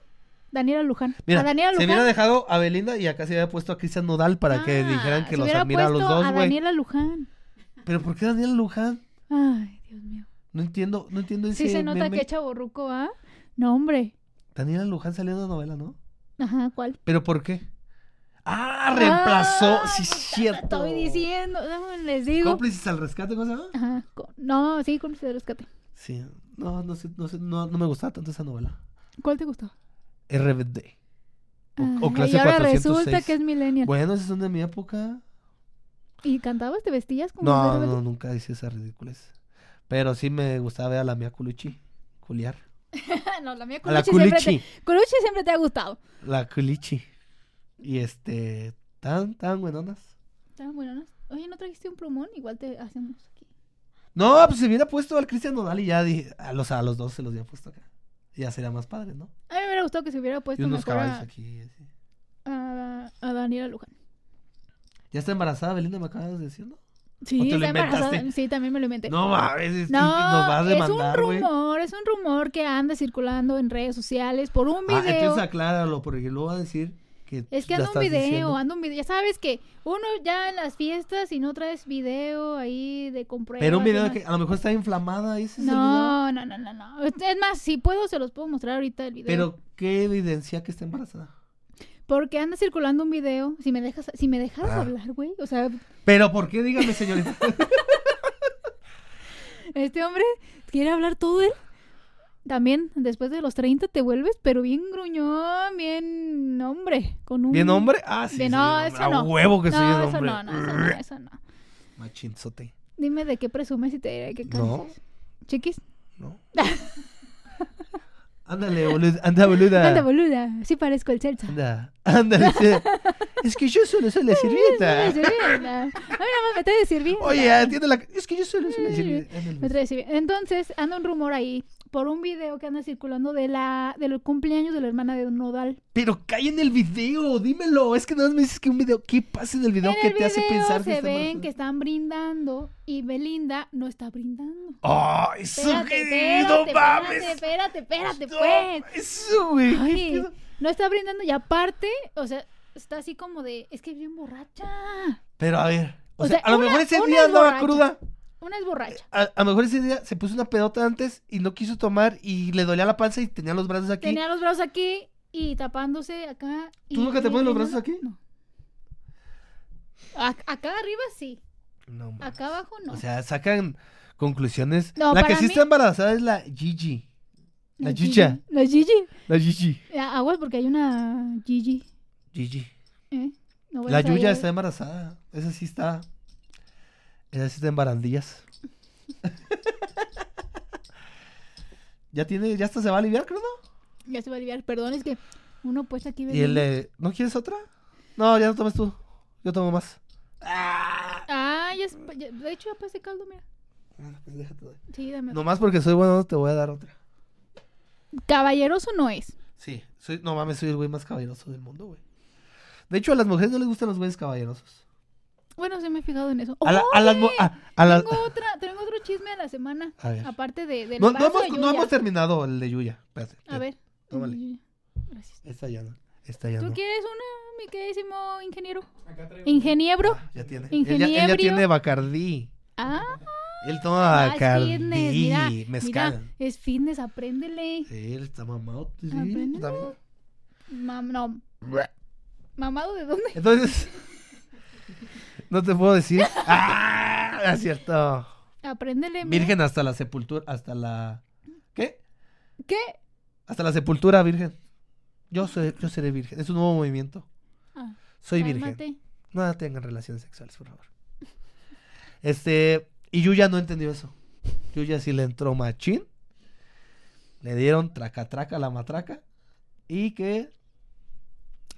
[SPEAKER 2] Daniela Luján.
[SPEAKER 1] Mira,
[SPEAKER 2] a Daniela
[SPEAKER 1] se
[SPEAKER 2] Luján.
[SPEAKER 1] hubiera dejado a Belinda y acá se hubiera puesto a Cristian Nodal para que
[SPEAKER 2] Ah,
[SPEAKER 1] dijeran que
[SPEAKER 2] se
[SPEAKER 1] los
[SPEAKER 2] hubiera
[SPEAKER 1] admira a los
[SPEAKER 2] puesto
[SPEAKER 1] dos,
[SPEAKER 2] A
[SPEAKER 1] güey.
[SPEAKER 2] Daniela Luján.
[SPEAKER 1] Pero ¿por qué Daniel Luján?
[SPEAKER 2] Ay, Dios mío.
[SPEAKER 1] No entiendo, no entiendo ese
[SPEAKER 2] Sí se nota
[SPEAKER 1] meme.
[SPEAKER 2] que chaborruco, ¿ah? No, hombre.
[SPEAKER 1] Daniela Luján salió de una novela, ¿no?
[SPEAKER 2] Ajá, ¿cuál?
[SPEAKER 1] ¿Pero por qué? ¡Ah! Reemplazó.
[SPEAKER 2] Ah,
[SPEAKER 1] sí,
[SPEAKER 2] pues,
[SPEAKER 1] cierto.
[SPEAKER 2] Estoy diciendo, no, les digo.
[SPEAKER 1] ¿Cómplices al rescate, cómo se llama?
[SPEAKER 2] Ajá, co- no, sí, cómplice de rescate.
[SPEAKER 1] Sí. No, no sé, no sé, no, no me gustaba tanto esa novela.
[SPEAKER 2] ¿Cuál te gustó?
[SPEAKER 1] RBD. O, o
[SPEAKER 2] Ay,
[SPEAKER 1] clase
[SPEAKER 2] y ahora
[SPEAKER 1] 406.
[SPEAKER 2] resulta que es millennial.
[SPEAKER 1] Bueno, esos son de mi época.
[SPEAKER 2] ¿Y cantabas? ¿Te vestías como
[SPEAKER 1] No,
[SPEAKER 2] Roberto?
[SPEAKER 1] no, nunca hice esas ridículas. Pero sí me gustaba ver a la mía Culichi. Culiar.
[SPEAKER 2] No, la mía
[SPEAKER 1] A la
[SPEAKER 2] Colucci siempre,
[SPEAKER 1] Culichi.
[SPEAKER 2] te, Colucci siempre te ha gustado.
[SPEAKER 1] La Culichi. Y este. Tan, tan buenonas.
[SPEAKER 2] Estaban buenas. Oye, Ah, ¿no trajiste un plumón? Igual te hacemos aquí.
[SPEAKER 1] No, pues se hubiera puesto al Cristian Nodal y ya di- a los, a los dos se los había puesto acá. Ya sería más padre, ¿no?
[SPEAKER 2] A mí me hubiera gustado que se hubiera
[SPEAKER 1] Y
[SPEAKER 2] puesto
[SPEAKER 1] unos
[SPEAKER 2] mejor
[SPEAKER 1] caballos
[SPEAKER 2] a,
[SPEAKER 1] aquí. así.
[SPEAKER 2] a, a Daniela Luján.
[SPEAKER 1] Ya está embarazada, Belinda, me acabas de decir, ¿no? ¿O
[SPEAKER 2] Sí,
[SPEAKER 1] te lo
[SPEAKER 2] está embarazada.
[SPEAKER 1] inventaste?
[SPEAKER 2] Sí, también me lo inventé.
[SPEAKER 1] No mames, es que
[SPEAKER 2] No,
[SPEAKER 1] nos va a demandar,
[SPEAKER 2] es un
[SPEAKER 1] güey.
[SPEAKER 2] rumor, es un rumor que anda circulando en redes sociales por un
[SPEAKER 1] Ah,
[SPEAKER 2] video.
[SPEAKER 1] entonces acláralo, porque luego va a decir que.
[SPEAKER 2] es que
[SPEAKER 1] ya
[SPEAKER 2] anda un
[SPEAKER 1] estás
[SPEAKER 2] video,
[SPEAKER 1] diciendo-
[SPEAKER 2] anda un video. Ya sabes que uno ya en las fiestas y no traes video ahí de comprar.
[SPEAKER 1] Pero un video que a lo mejor está inflamada, ese es el video.
[SPEAKER 2] No, no, no, no, no. Es más, si puedo, se los puedo mostrar ahorita el video.
[SPEAKER 1] Pero, ¿qué evidencia que está embarazada?
[SPEAKER 2] Porque anda circulando un video. Si me dejas, si me dejaras
[SPEAKER 1] Ah.
[SPEAKER 2] hablar, güey. O sea,
[SPEAKER 1] Pero ¿por qué? Dígame, señorita.
[SPEAKER 2] este hombre quiere hablar todo él. También, después de los 30 te vuelves, pero bien gruñón, bien hombre. Con un...
[SPEAKER 1] ¿Bien hombre? Ah, sí.
[SPEAKER 2] Bien-
[SPEAKER 1] soy
[SPEAKER 2] no,
[SPEAKER 1] bien
[SPEAKER 2] eso
[SPEAKER 1] hombre.
[SPEAKER 2] no.
[SPEAKER 1] A huevo que soy bien
[SPEAKER 2] no, eso
[SPEAKER 1] hombre.
[SPEAKER 2] no, no, eso no, eso no.
[SPEAKER 1] Machinzote.
[SPEAKER 2] Dime de qué presumes y te diré qué
[SPEAKER 1] No.
[SPEAKER 2] calzas. Chiquis.
[SPEAKER 1] ¿no? Ándale, boluda. Anda, boluda.
[SPEAKER 2] Anda, boluda. Sí parezco el Celsa.
[SPEAKER 1] Anda. Ándale. sí. Es que yo solo soy la
[SPEAKER 2] Ay,
[SPEAKER 1] sirvienta.
[SPEAKER 2] sirvienta. A mí nada más me trae sirvienta.
[SPEAKER 1] Oye, entiende la... Es que yo solo soy la sirvienta.
[SPEAKER 2] Me
[SPEAKER 1] Ándale.
[SPEAKER 2] trae sirvienta. Entonces, anda un rumor ahí por un video que anda circulando de la del cumpleaños de la hermana de Nodal.
[SPEAKER 1] Pero cae en el video, dímelo. Es que nada más me dices que un video. ¿Qué pasa en el video
[SPEAKER 2] en
[SPEAKER 1] que
[SPEAKER 2] el
[SPEAKER 1] te hace
[SPEAKER 2] video
[SPEAKER 1] pensar
[SPEAKER 2] se
[SPEAKER 1] que está
[SPEAKER 2] ven
[SPEAKER 1] mal?
[SPEAKER 2] que están brindando y Belinda no está brindando.
[SPEAKER 1] ¡Ah! eso,
[SPEAKER 2] Espérate,
[SPEAKER 1] que ¡No
[SPEAKER 2] espérate,
[SPEAKER 1] mames!
[SPEAKER 2] espérate, espérate, espérate,
[SPEAKER 1] No,
[SPEAKER 2] pues.
[SPEAKER 1] Eso, güey. ¿qué
[SPEAKER 2] Ay,
[SPEAKER 1] pedo?
[SPEAKER 2] no está brindando y aparte, o sea, está así como de, es que es bien borracha.
[SPEAKER 1] Pero a ver. O,
[SPEAKER 2] O
[SPEAKER 1] sea,
[SPEAKER 2] sea,
[SPEAKER 1] a lo
[SPEAKER 2] una-
[SPEAKER 1] mejor ese
[SPEAKER 2] una
[SPEAKER 1] día
[SPEAKER 2] es
[SPEAKER 1] andaba
[SPEAKER 2] borracha.
[SPEAKER 1] cruda.
[SPEAKER 2] Una es borracha.
[SPEAKER 1] A, a lo mejor ese día se puso una pedota antes y no quiso tomar y le dolía la panza y tenía los brazos aquí.
[SPEAKER 2] Tenía los brazos aquí y tapándose acá. y-
[SPEAKER 1] ¿Tú nunca te
[SPEAKER 2] y-
[SPEAKER 1] pones los
[SPEAKER 2] y
[SPEAKER 1] brazos
[SPEAKER 2] no-
[SPEAKER 1] aquí?
[SPEAKER 2] No. A- acá arriba sí,
[SPEAKER 1] No, mames.
[SPEAKER 2] acá abajo no.
[SPEAKER 1] O sea, sacan conclusiones.
[SPEAKER 2] No,
[SPEAKER 1] la que
[SPEAKER 2] para
[SPEAKER 1] sí
[SPEAKER 2] mí-
[SPEAKER 1] está embarazada es la Gigi. La chicha.
[SPEAKER 2] Gigi. La Gigi.
[SPEAKER 1] La Gigi.
[SPEAKER 2] Ah, Aguas porque hay una Gigi.
[SPEAKER 1] Gigi.
[SPEAKER 2] ¿eh? No
[SPEAKER 1] la
[SPEAKER 2] vayas a
[SPEAKER 1] Yuya
[SPEAKER 2] ir-
[SPEAKER 1] está embarazada. Esa sí está. Esa sí está en barandillas. ya tiene, ya hasta se va a aliviar, creo, ¿no?
[SPEAKER 2] Ya se va a aliviar. Perdón, es que uno pues aquí
[SPEAKER 1] Y él
[SPEAKER 2] venía-
[SPEAKER 1] le. ¿No quieres otra? No, ya no tomes tú. Yo tomo más.
[SPEAKER 2] Ah, ya, es- ya- De hecho, ya pasé caldo, mira. Sí, dame.
[SPEAKER 1] Nomás porque soy bueno, te voy a dar otra.
[SPEAKER 2] Caballeroso no es.
[SPEAKER 1] Sí, soy, no mames, soy el güey más caballeroso del mundo, güey. De hecho, a las mujeres no les gustan los güeyes caballerosos.
[SPEAKER 2] Bueno, se me he fijado en eso. Oh,
[SPEAKER 1] A, la- a las. mu- A, a las-
[SPEAKER 2] Tengo, otra, tengo otro chisme de la semana.
[SPEAKER 1] A ver.
[SPEAKER 2] Aparte de, del
[SPEAKER 1] No, no
[SPEAKER 2] vaso de
[SPEAKER 1] hemos, no
[SPEAKER 2] Yuya.
[SPEAKER 1] hemos terminado el de Yuya. Espérate.
[SPEAKER 2] A
[SPEAKER 1] espérate.
[SPEAKER 2] ver.
[SPEAKER 1] Tómale.
[SPEAKER 2] Yuya. Gracias.
[SPEAKER 1] Esta ya no. Esta ya
[SPEAKER 2] ¿Tú
[SPEAKER 1] no.
[SPEAKER 2] quieres una, mi queridísimo ingeniero?
[SPEAKER 3] Acá traigo.
[SPEAKER 2] ¿Ingeniebro?
[SPEAKER 1] Ya tiene. Él ya, él ya
[SPEAKER 2] Ingeniebrio.
[SPEAKER 1] tiene Bacardí.
[SPEAKER 2] Ah,
[SPEAKER 1] Él toma
[SPEAKER 2] es
[SPEAKER 1] Bacardí.
[SPEAKER 2] fitness. Mira,
[SPEAKER 1] Ah, mezcal.
[SPEAKER 2] mira, Ah, es fitness, apréndele.
[SPEAKER 1] Sí, él está mamado. sí,
[SPEAKER 2] Aprende.
[SPEAKER 1] también.
[SPEAKER 2] Mam, no, mamado de dónde.
[SPEAKER 1] Entonces, no te puedo decir. ¡Ah! Es cierto.
[SPEAKER 2] Apréndele. mira.
[SPEAKER 1] Virgen hasta la sepultura, hasta la... ¿Qué?
[SPEAKER 2] ¿Qué?
[SPEAKER 1] Hasta la sepultura, virgen. Yo, soy, yo seré virgen. Es un nuevo movimiento.
[SPEAKER 2] Ah,
[SPEAKER 1] Soy virgen.
[SPEAKER 2] cálmate.
[SPEAKER 1] No tengan relaciones sexuales, por favor. Este, y Yuya no entendió eso. Yuya sí le entró machín. Le dieron traca traca a la matraca. Y que.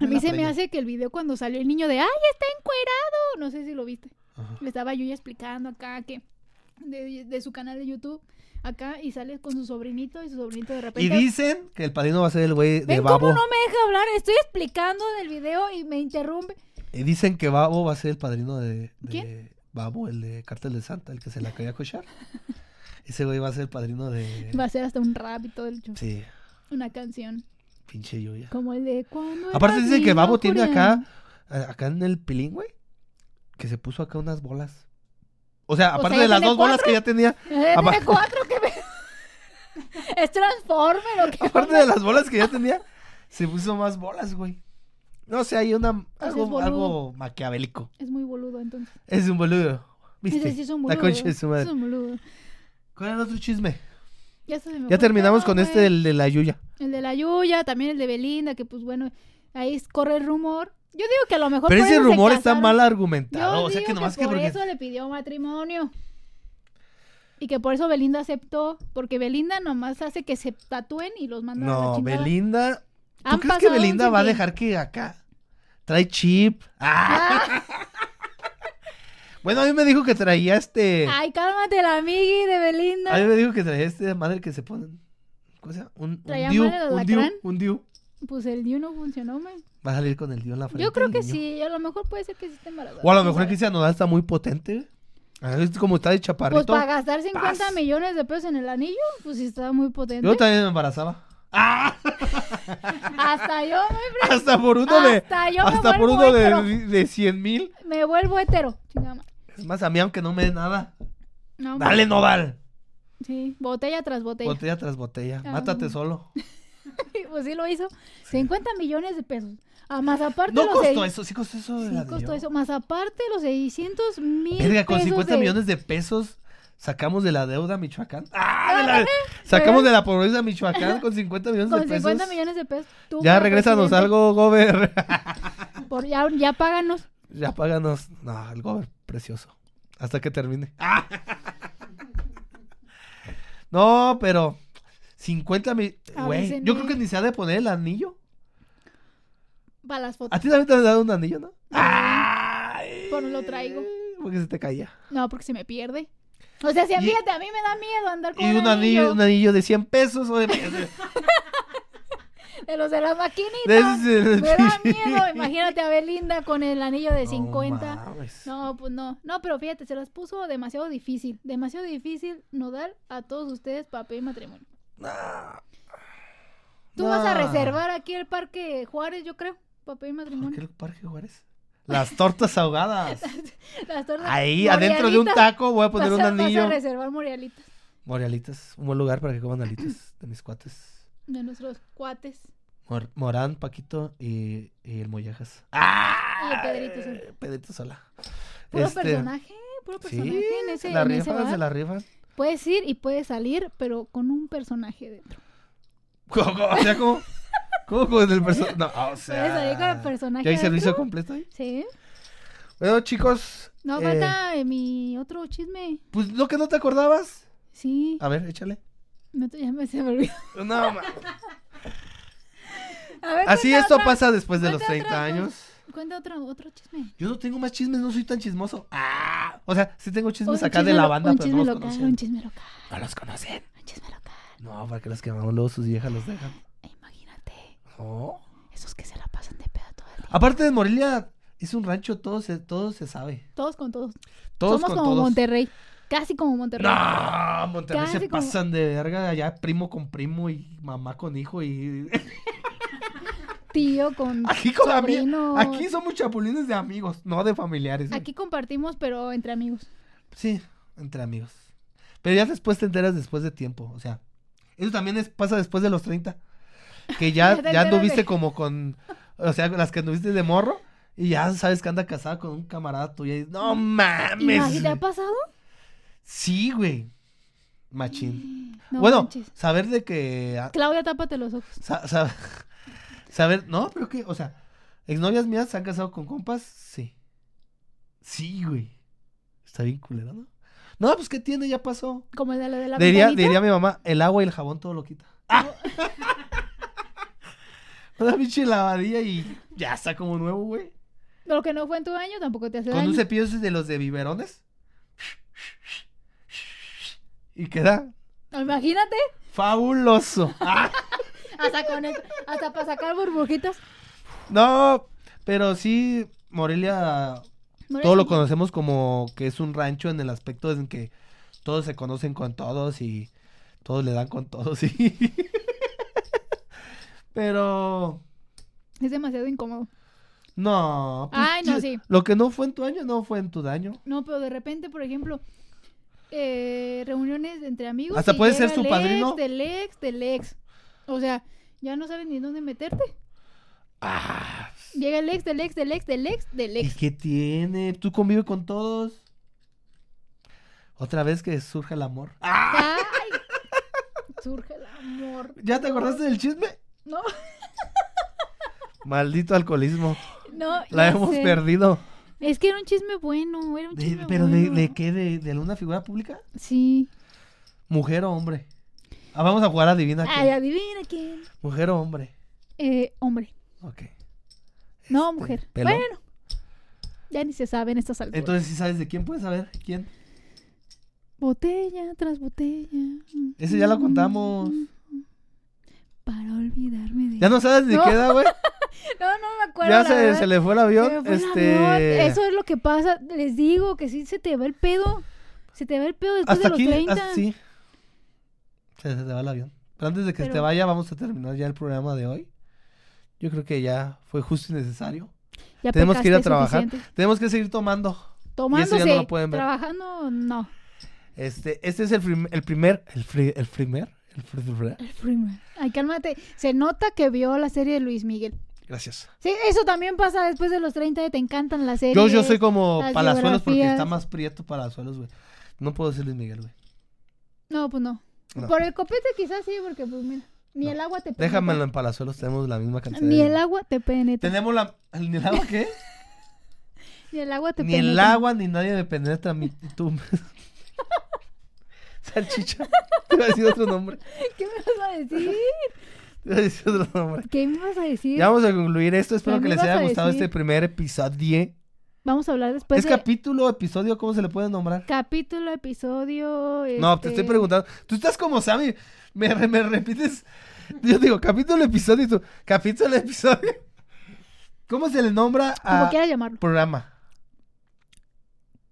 [SPEAKER 2] A mí
[SPEAKER 1] la
[SPEAKER 2] se me
[SPEAKER 1] preñó.
[SPEAKER 2] hace que el video cuando salió el niño de ¡Ay, está encuerado! No sé si lo viste.
[SPEAKER 1] Ajá.
[SPEAKER 2] Le estaba yo ya explicando acá que de, de su canal de YouTube acá y sale con su sobrinito y su sobrinito de repente.
[SPEAKER 1] Y dicen que el padrino va a ser el güey de
[SPEAKER 2] ¿Ven
[SPEAKER 1] Babo.
[SPEAKER 2] cómo no me deja hablar? Estoy explicando del video y me interrumpe.
[SPEAKER 1] Y dicen que Babo va a ser el padrino de. de
[SPEAKER 2] ¿Quién?
[SPEAKER 1] Babo, el de Cartel de Santa, el que se la quería cochar. Ese güey va a ser el padrino de.
[SPEAKER 2] Va a ser hasta un rap y todo el show.
[SPEAKER 1] Sí,
[SPEAKER 2] Una canción.
[SPEAKER 1] pinche Yuya.
[SPEAKER 2] Como el de cuando.
[SPEAKER 1] Aparte
[SPEAKER 2] eras
[SPEAKER 1] dicen que
[SPEAKER 2] niño
[SPEAKER 1] Babo tiene acá,
[SPEAKER 2] coreano".
[SPEAKER 1] eh, acá en el pilín, güey, que se puso acá unas bolas. O sea,
[SPEAKER 2] sea,
[SPEAKER 1] aparte
[SPEAKER 2] ¿ya
[SPEAKER 1] de las
[SPEAKER 2] tiene
[SPEAKER 1] dos bolas que ya tenía,
[SPEAKER 2] Eh,
[SPEAKER 1] Apa-
[SPEAKER 2] tiene cuatro que me. es Transformer o qué.
[SPEAKER 1] aparte de las bolas que ya tenía, se puso más bolas, güey. No sé, hay una
[SPEAKER 2] sea, Pues es
[SPEAKER 1] algo,
[SPEAKER 2] boludo.
[SPEAKER 1] algo maquiavélico.
[SPEAKER 2] Es muy boludo entonces.
[SPEAKER 1] Es un boludo. ¿Viste?
[SPEAKER 2] Ese sí es un
[SPEAKER 1] La
[SPEAKER 2] boludo.
[SPEAKER 1] concha de su madre.
[SPEAKER 2] Es un boludo.
[SPEAKER 1] ¿Cuál era otro chisme?
[SPEAKER 2] Ya, se me
[SPEAKER 1] Ya
[SPEAKER 2] fue.
[SPEAKER 1] terminamos
[SPEAKER 2] No,
[SPEAKER 1] con este
[SPEAKER 2] güey.
[SPEAKER 1] del de la Yuya.
[SPEAKER 2] El de la Yuya, también el de Belinda, que pues bueno, ahí es- corre el rumor. Yo digo que a lo mejor.
[SPEAKER 1] Pero
[SPEAKER 2] por
[SPEAKER 1] ese
[SPEAKER 2] eso se
[SPEAKER 1] rumor está
[SPEAKER 2] casaron.
[SPEAKER 1] mal
[SPEAKER 2] Yo
[SPEAKER 1] argumentado. o sea
[SPEAKER 2] digo
[SPEAKER 1] que nomás que,
[SPEAKER 2] por
[SPEAKER 1] porque-
[SPEAKER 2] eso le pidió matrimonio. Y que por eso Belinda aceptó, porque Belinda nomás hace que se tatúen y los mandan a la
[SPEAKER 1] No,
[SPEAKER 2] chingada.
[SPEAKER 1] Belinda. ¿Tú crees
[SPEAKER 2] Han
[SPEAKER 1] que
[SPEAKER 2] pasado un
[SPEAKER 1] Belinda va a
[SPEAKER 2] sinfín.
[SPEAKER 1] dejar que acá trae chip? ¡Ah! bueno, a mí me dijo que traía este.
[SPEAKER 2] Ay, cálmate la amigui de Belinda.
[SPEAKER 1] A mí me dijo que traía este madre que se ponen. ¿Cómo se llama? Un, un
[SPEAKER 2] ¿Traía
[SPEAKER 1] diu,
[SPEAKER 2] madre de
[SPEAKER 1] un diu,
[SPEAKER 2] alacrán?
[SPEAKER 1] un diu.
[SPEAKER 2] Pues el Diu no funcionó, man.
[SPEAKER 1] Va a salir con el diu en la frente.
[SPEAKER 2] Yo creo
[SPEAKER 1] el
[SPEAKER 2] que
[SPEAKER 1] niño.
[SPEAKER 2] sí, a lo mejor puede ser que sí esté embarazada.
[SPEAKER 1] O a lo
[SPEAKER 2] ¿quién
[SPEAKER 1] mejor
[SPEAKER 2] sabe?
[SPEAKER 1] Cristian Nodal está muy potente. A ver, como está de
[SPEAKER 2] Pues
[SPEAKER 1] chaparrito.
[SPEAKER 2] para gastar 50
[SPEAKER 1] Paz.
[SPEAKER 2] millones de pesos en el anillo, pues sí estaba muy potente.
[SPEAKER 1] Yo también me embarazaba. ¡Ah!
[SPEAKER 2] Hasta yo me,
[SPEAKER 1] Hasta por uno de.
[SPEAKER 2] Hasta yo me
[SPEAKER 1] hasta por
[SPEAKER 2] vuelvo
[SPEAKER 1] uno
[SPEAKER 2] hetero.
[SPEAKER 1] de, de 100 mil.
[SPEAKER 2] me vuelvo hetero. Chingada madre.
[SPEAKER 1] Es más, a mí, aunque no me dé nada.
[SPEAKER 2] No, hombre.
[SPEAKER 1] Dale, Nodal.
[SPEAKER 2] Sí, botella tras botella.
[SPEAKER 1] Botella tras botella.
[SPEAKER 2] Ah.
[SPEAKER 1] Mátate solo.
[SPEAKER 2] pues sí lo hizo. 50 millones de pesos. Ah, más aparte
[SPEAKER 1] No
[SPEAKER 2] los
[SPEAKER 1] costó
[SPEAKER 2] de-
[SPEAKER 1] eso, sí costó eso. de
[SPEAKER 2] Sí,
[SPEAKER 1] la
[SPEAKER 2] costó
[SPEAKER 1] de-
[SPEAKER 2] eso. Más aparte los 600 mil.
[SPEAKER 1] Verga, con
[SPEAKER 2] pesos
[SPEAKER 1] 50
[SPEAKER 2] de-
[SPEAKER 1] millones de pesos sacamos de la deuda a Michoacán. ¡Ah! de la- sacamos de la pobreza a Michoacán con 50 millones
[SPEAKER 2] Con
[SPEAKER 1] de pesos.
[SPEAKER 2] 50 millones de pesos. tú,
[SPEAKER 1] Ya
[SPEAKER 2] como
[SPEAKER 1] regrésanos
[SPEAKER 2] presidente,
[SPEAKER 1] algo, Gober.
[SPEAKER 2] por- ya, ya páganos.
[SPEAKER 1] ya páganos. No, el Gober, precioso. Hasta que termine. no, pero 50 mil.
[SPEAKER 2] A
[SPEAKER 1] Güey,
[SPEAKER 2] veces
[SPEAKER 1] yo
[SPEAKER 2] ni-
[SPEAKER 1] creo que ni se ha de poner el anillo.
[SPEAKER 2] Para las fotos.
[SPEAKER 1] A ti también te han dado un anillo, ¿no? ¡Ay!
[SPEAKER 2] Pues no lo traigo.
[SPEAKER 1] Porque se te caía.
[SPEAKER 2] No, porque se me pierde. O sea, si a,
[SPEAKER 1] Ah. Y-
[SPEAKER 2] fíjate, a mí me da miedo andar con
[SPEAKER 1] Y un anillo, un anillo de 100 pesos. o de-
[SPEAKER 2] de los de la maquinita.
[SPEAKER 1] de esos-
[SPEAKER 2] Me da miedo. Imagínate a Belinda con el anillo de
[SPEAKER 1] No
[SPEAKER 2] 50.
[SPEAKER 1] mames.
[SPEAKER 2] No, pues no. No, pero fíjate, se las puso demasiado difícil. Demasiado difícil no dar a todos ustedes papel matrimonio.
[SPEAKER 1] Nah.
[SPEAKER 2] Tú vas a
[SPEAKER 1] Nah.
[SPEAKER 2] reservar aquí el Parque Juárez, yo creo,
[SPEAKER 1] ¿Por
[SPEAKER 2] papel
[SPEAKER 1] qué
[SPEAKER 2] matrimonio.
[SPEAKER 1] el Parque Juárez? Las tortas ahogadas.
[SPEAKER 2] Las tortas
[SPEAKER 1] Ahí, adentro de un
[SPEAKER 2] Morealitas.
[SPEAKER 1] taco, voy a poner
[SPEAKER 2] Vas
[SPEAKER 1] un
[SPEAKER 2] a- Vas
[SPEAKER 1] anillo.
[SPEAKER 2] a reservar Morealitas
[SPEAKER 1] Moralitas, un buen lugar para que coman alitas de mis cuates.
[SPEAKER 2] de nuestros cuates.
[SPEAKER 1] Mor- Morán, Paquito y, y el Mollejas.
[SPEAKER 2] Y el
[SPEAKER 1] ¡Ah!
[SPEAKER 2] Pedrito Sola.
[SPEAKER 1] Eh, Pedrito Sola.
[SPEAKER 2] Puro
[SPEAKER 1] Este,
[SPEAKER 2] personaje, puro personaje
[SPEAKER 1] Sí,
[SPEAKER 2] en ese,
[SPEAKER 1] se la
[SPEAKER 2] en ese
[SPEAKER 1] rifan, se
[SPEAKER 2] bar.
[SPEAKER 1] la rifan.
[SPEAKER 2] Puedes ir y puedes salir, pero con un personaje dentro.
[SPEAKER 1] ¿Cómo, cómo? o sea, como, como con el personaje. No, o sea.
[SPEAKER 2] puedes salir con el personaje
[SPEAKER 1] ¿Ya hay servicio
[SPEAKER 2] dentro.
[SPEAKER 1] completo ahí?
[SPEAKER 2] Sí.
[SPEAKER 1] Bueno, chicos.
[SPEAKER 2] No,
[SPEAKER 1] eh,
[SPEAKER 2] falta eh, mi otro chisme.
[SPEAKER 1] Pues lo que no te acordabas.
[SPEAKER 2] Sí.
[SPEAKER 1] A ver, échale.
[SPEAKER 2] No, ya me se me olvidó.
[SPEAKER 1] No, ma-
[SPEAKER 2] A ver,
[SPEAKER 1] Así
[SPEAKER 2] cuenta
[SPEAKER 1] esto
[SPEAKER 2] otra-
[SPEAKER 1] pasa después de los
[SPEAKER 2] cuenta
[SPEAKER 1] 30
[SPEAKER 2] otra,
[SPEAKER 1] años.
[SPEAKER 2] Cuenta otro, otro chisme.
[SPEAKER 1] Yo no tengo más chismes, no soy tan chismoso. ¡Ah! O sea, sí tengo chismes
[SPEAKER 2] Un
[SPEAKER 1] acá
[SPEAKER 2] chisme
[SPEAKER 1] de la
[SPEAKER 2] lo-
[SPEAKER 1] banda,
[SPEAKER 2] un
[SPEAKER 1] pero
[SPEAKER 2] chisme
[SPEAKER 1] no los
[SPEAKER 2] local,
[SPEAKER 1] conocen.
[SPEAKER 2] un chisme local,
[SPEAKER 1] No los conocen.
[SPEAKER 2] un chisme local.
[SPEAKER 1] No, para que los quemamos luego sus viejas los dejan.
[SPEAKER 2] E imagínate,
[SPEAKER 1] No.
[SPEAKER 2] esos que se la pasan de pedo todo el día.
[SPEAKER 1] Aparte de Morelia, es un rancho, todo se, todo se sabe.
[SPEAKER 2] Todos con todos.
[SPEAKER 1] Todos
[SPEAKER 2] Somos
[SPEAKER 1] con
[SPEAKER 2] como
[SPEAKER 1] todos.
[SPEAKER 2] Monterrey. Casi como Monterrey.
[SPEAKER 1] No, Monterrey
[SPEAKER 2] Casi
[SPEAKER 1] se
[SPEAKER 2] como-
[SPEAKER 1] pasan de verga allá, primo con primo y mamá con hijo y
[SPEAKER 2] Tío con
[SPEAKER 1] aquí con amigos.
[SPEAKER 2] sobrino.
[SPEAKER 1] Aquí somos chapulines de amigos, no de familiares. ¿eh?
[SPEAKER 2] Aquí compartimos, pero entre amigos.
[SPEAKER 1] Sí, entre amigos. Pero ya después te enteras después de tiempo, o sea, eso también es, pasa después de los 30. Que ya,
[SPEAKER 2] Ya te
[SPEAKER 1] ya,
[SPEAKER 2] enteras
[SPEAKER 1] anduviste
[SPEAKER 2] de-
[SPEAKER 1] como con, o sea, con las que anduviste de morro y ya sabes que anda casada con un camarada tuyo y no
[SPEAKER 2] ¿Y
[SPEAKER 1] mames.
[SPEAKER 2] así te ha pasado?
[SPEAKER 1] Sí, güey. Machín.
[SPEAKER 2] No
[SPEAKER 1] bueno,
[SPEAKER 2] manches.
[SPEAKER 1] saber de que ah,
[SPEAKER 2] Claudia, tápate los ojos.
[SPEAKER 1] sa- sa- saber, no, pero que, o sea, exnovias mías se han casado con compas, sí. Sí, güey. Está bien culero, ¿no? No, pues ¿qué tiene? Ya pasó.
[SPEAKER 2] Como la de la
[SPEAKER 1] Diría,
[SPEAKER 2] ventanita.
[SPEAKER 1] diría mi mamá, el agua y el jabón todo lo quita. Una pinche lavadilla y ya está como nuevo, güey.
[SPEAKER 2] Lo que no fue en tu año tampoco te hace
[SPEAKER 1] Con
[SPEAKER 2] daño.
[SPEAKER 1] un cepillo esos de los de biberones. Y queda
[SPEAKER 2] Imagínate,
[SPEAKER 1] fabuloso. Ah,
[SPEAKER 2] hasta, con el- hasta para sacar burbujitas.
[SPEAKER 1] No, pero sí, Morelia,
[SPEAKER 2] No
[SPEAKER 1] todo
[SPEAKER 2] eres-
[SPEAKER 1] lo conocemos como que es un rancho en el aspecto en que todos se conocen con todos y todos le dan con todos. Y... pero
[SPEAKER 2] Es demasiado incómodo.
[SPEAKER 1] No. pues,
[SPEAKER 2] Ay, no,
[SPEAKER 1] yo-
[SPEAKER 2] sí.
[SPEAKER 1] Lo que no fue en tu año, no fue en tu daño.
[SPEAKER 2] No, pero de repente, por ejemplo, eh, reuniones entre amigos.
[SPEAKER 1] Hasta
[SPEAKER 2] y
[SPEAKER 1] puede ser
[SPEAKER 2] llega
[SPEAKER 1] su
[SPEAKER 2] el
[SPEAKER 1] padrino.
[SPEAKER 2] Ex, del ex, del ex. O sea, ya no sabes ni dónde meterte.
[SPEAKER 1] Ah.
[SPEAKER 2] Llega el ex, del ex, del ex, del ex, del
[SPEAKER 1] ¿Y
[SPEAKER 2] ex.
[SPEAKER 1] qué tiene? Tú convive con todos. Otra vez que surja el amor. Ah,
[SPEAKER 2] Ay, surge el amor.
[SPEAKER 1] ¿Ya te acordaste del chisme?
[SPEAKER 2] No,
[SPEAKER 1] Maldito alcoholismo.
[SPEAKER 2] no.
[SPEAKER 1] La
[SPEAKER 2] ya
[SPEAKER 1] hemos
[SPEAKER 2] sé.
[SPEAKER 1] perdido.
[SPEAKER 2] Es que era un chisme bueno, era un
[SPEAKER 1] De-
[SPEAKER 2] chisme
[SPEAKER 1] ¿Pero de,
[SPEAKER 2] bueno.
[SPEAKER 1] de qué? ¿De, de alguna figura pública?
[SPEAKER 2] Sí.
[SPEAKER 1] ¿Mujer o hombre? Ah, vamos a jugar a adivina quién.
[SPEAKER 2] Ay, adivina quién.
[SPEAKER 1] ¿Mujer o hombre?
[SPEAKER 2] Eh, hombre.
[SPEAKER 1] Ok.
[SPEAKER 2] No,
[SPEAKER 1] Este,
[SPEAKER 2] mujer.
[SPEAKER 1] ¿pelón?
[SPEAKER 2] Bueno. Ya ni se sabe en estas alturas.
[SPEAKER 1] Entonces, ¿sí sabes de quién? ¿Puedes saber quién?
[SPEAKER 2] Botella tras botella. Mm,
[SPEAKER 1] Ese ya lo contamos.
[SPEAKER 2] Para olvidarme de.
[SPEAKER 1] ¿Ya no sabes de
[SPEAKER 2] No.
[SPEAKER 1] qué edad, güey?
[SPEAKER 2] No, no me acuerdo.
[SPEAKER 1] Ya
[SPEAKER 2] la
[SPEAKER 1] se,
[SPEAKER 2] verdad.
[SPEAKER 1] se le fue el avión.
[SPEAKER 2] Se me fue el
[SPEAKER 1] este...
[SPEAKER 2] avión. Eso es lo que pasa. Les digo que sí se te va el pedo. Se te va el pedo después
[SPEAKER 1] Hasta
[SPEAKER 2] de los
[SPEAKER 1] aquí,
[SPEAKER 2] 30.
[SPEAKER 1] hasta- sí. Se, se te va el avión. Pero antes de que se te
[SPEAKER 2] Pero-
[SPEAKER 1] vaya, vamos a terminar ya el programa de hoy. Yo creo que ya fue justo y necesario.
[SPEAKER 2] Ya
[SPEAKER 1] Tenemos que ir a
[SPEAKER 2] pecaste
[SPEAKER 1] trabajar.
[SPEAKER 2] suficiente.
[SPEAKER 1] Tenemos que seguir tomando.
[SPEAKER 2] Tomándose.
[SPEAKER 1] lo pueden ver.
[SPEAKER 2] Trabajando, no.
[SPEAKER 1] Este, este es el, prim- el primer, el, fri- el primer, el fri- fri- fri-
[SPEAKER 2] El primer. Ay, cálmate. Se nota que vio la serie de Luis Miguel.
[SPEAKER 1] Gracias.
[SPEAKER 2] Sí, eso también pasa después de los 30, te encantan las series.
[SPEAKER 1] Yo, yo soy como
[SPEAKER 2] las
[SPEAKER 1] Palazuelos porque
[SPEAKER 2] biografías.
[SPEAKER 1] está más prieto Palazuelos, güey. No puedo decir Luis Miguel, güey.
[SPEAKER 2] No, pues no.
[SPEAKER 1] No.
[SPEAKER 2] Por el copete quizás sí, porque pues mira, ni
[SPEAKER 1] No.
[SPEAKER 2] el agua te penetra.
[SPEAKER 1] Déjamelo en Palazuelos, tenemos la misma cantidad.
[SPEAKER 2] Ni
[SPEAKER 1] de-
[SPEAKER 2] el agua te penetra.
[SPEAKER 1] Tenemos la. ¿Ni el agua qué?
[SPEAKER 2] Ni el agua te
[SPEAKER 1] ni
[SPEAKER 2] penetra.
[SPEAKER 1] el agua, ni nadie me penetra mi tú. Salchicha. Te iba a decir otro nombre.
[SPEAKER 2] ¿Qué me vas a decir?
[SPEAKER 1] Te iba a decir otro nombre.
[SPEAKER 2] ¿Qué me vas a decir?
[SPEAKER 1] Ya vamos a concluir esto. Espero
[SPEAKER 2] Pero
[SPEAKER 1] que
[SPEAKER 2] me
[SPEAKER 1] les
[SPEAKER 2] ibas
[SPEAKER 1] haya
[SPEAKER 2] a
[SPEAKER 1] gustado
[SPEAKER 2] decir. Pues eh,
[SPEAKER 1] este primer episodio.
[SPEAKER 2] Vamos a hablar después
[SPEAKER 1] ¿Es
[SPEAKER 2] de
[SPEAKER 1] capítulo, episodio? ¿Cómo se le puede nombrar?
[SPEAKER 2] capítulo, episodio.
[SPEAKER 1] No, te estoy
[SPEAKER 2] este,
[SPEAKER 1] preguntando. Tú estás como Sammy. Me, re- me repites. Yo digo, capítulo, episodio. y tú, capítulo, episodio. ¿Cómo se le nombra
[SPEAKER 2] Como
[SPEAKER 1] a
[SPEAKER 2] quiera llamarlo.
[SPEAKER 1] programa?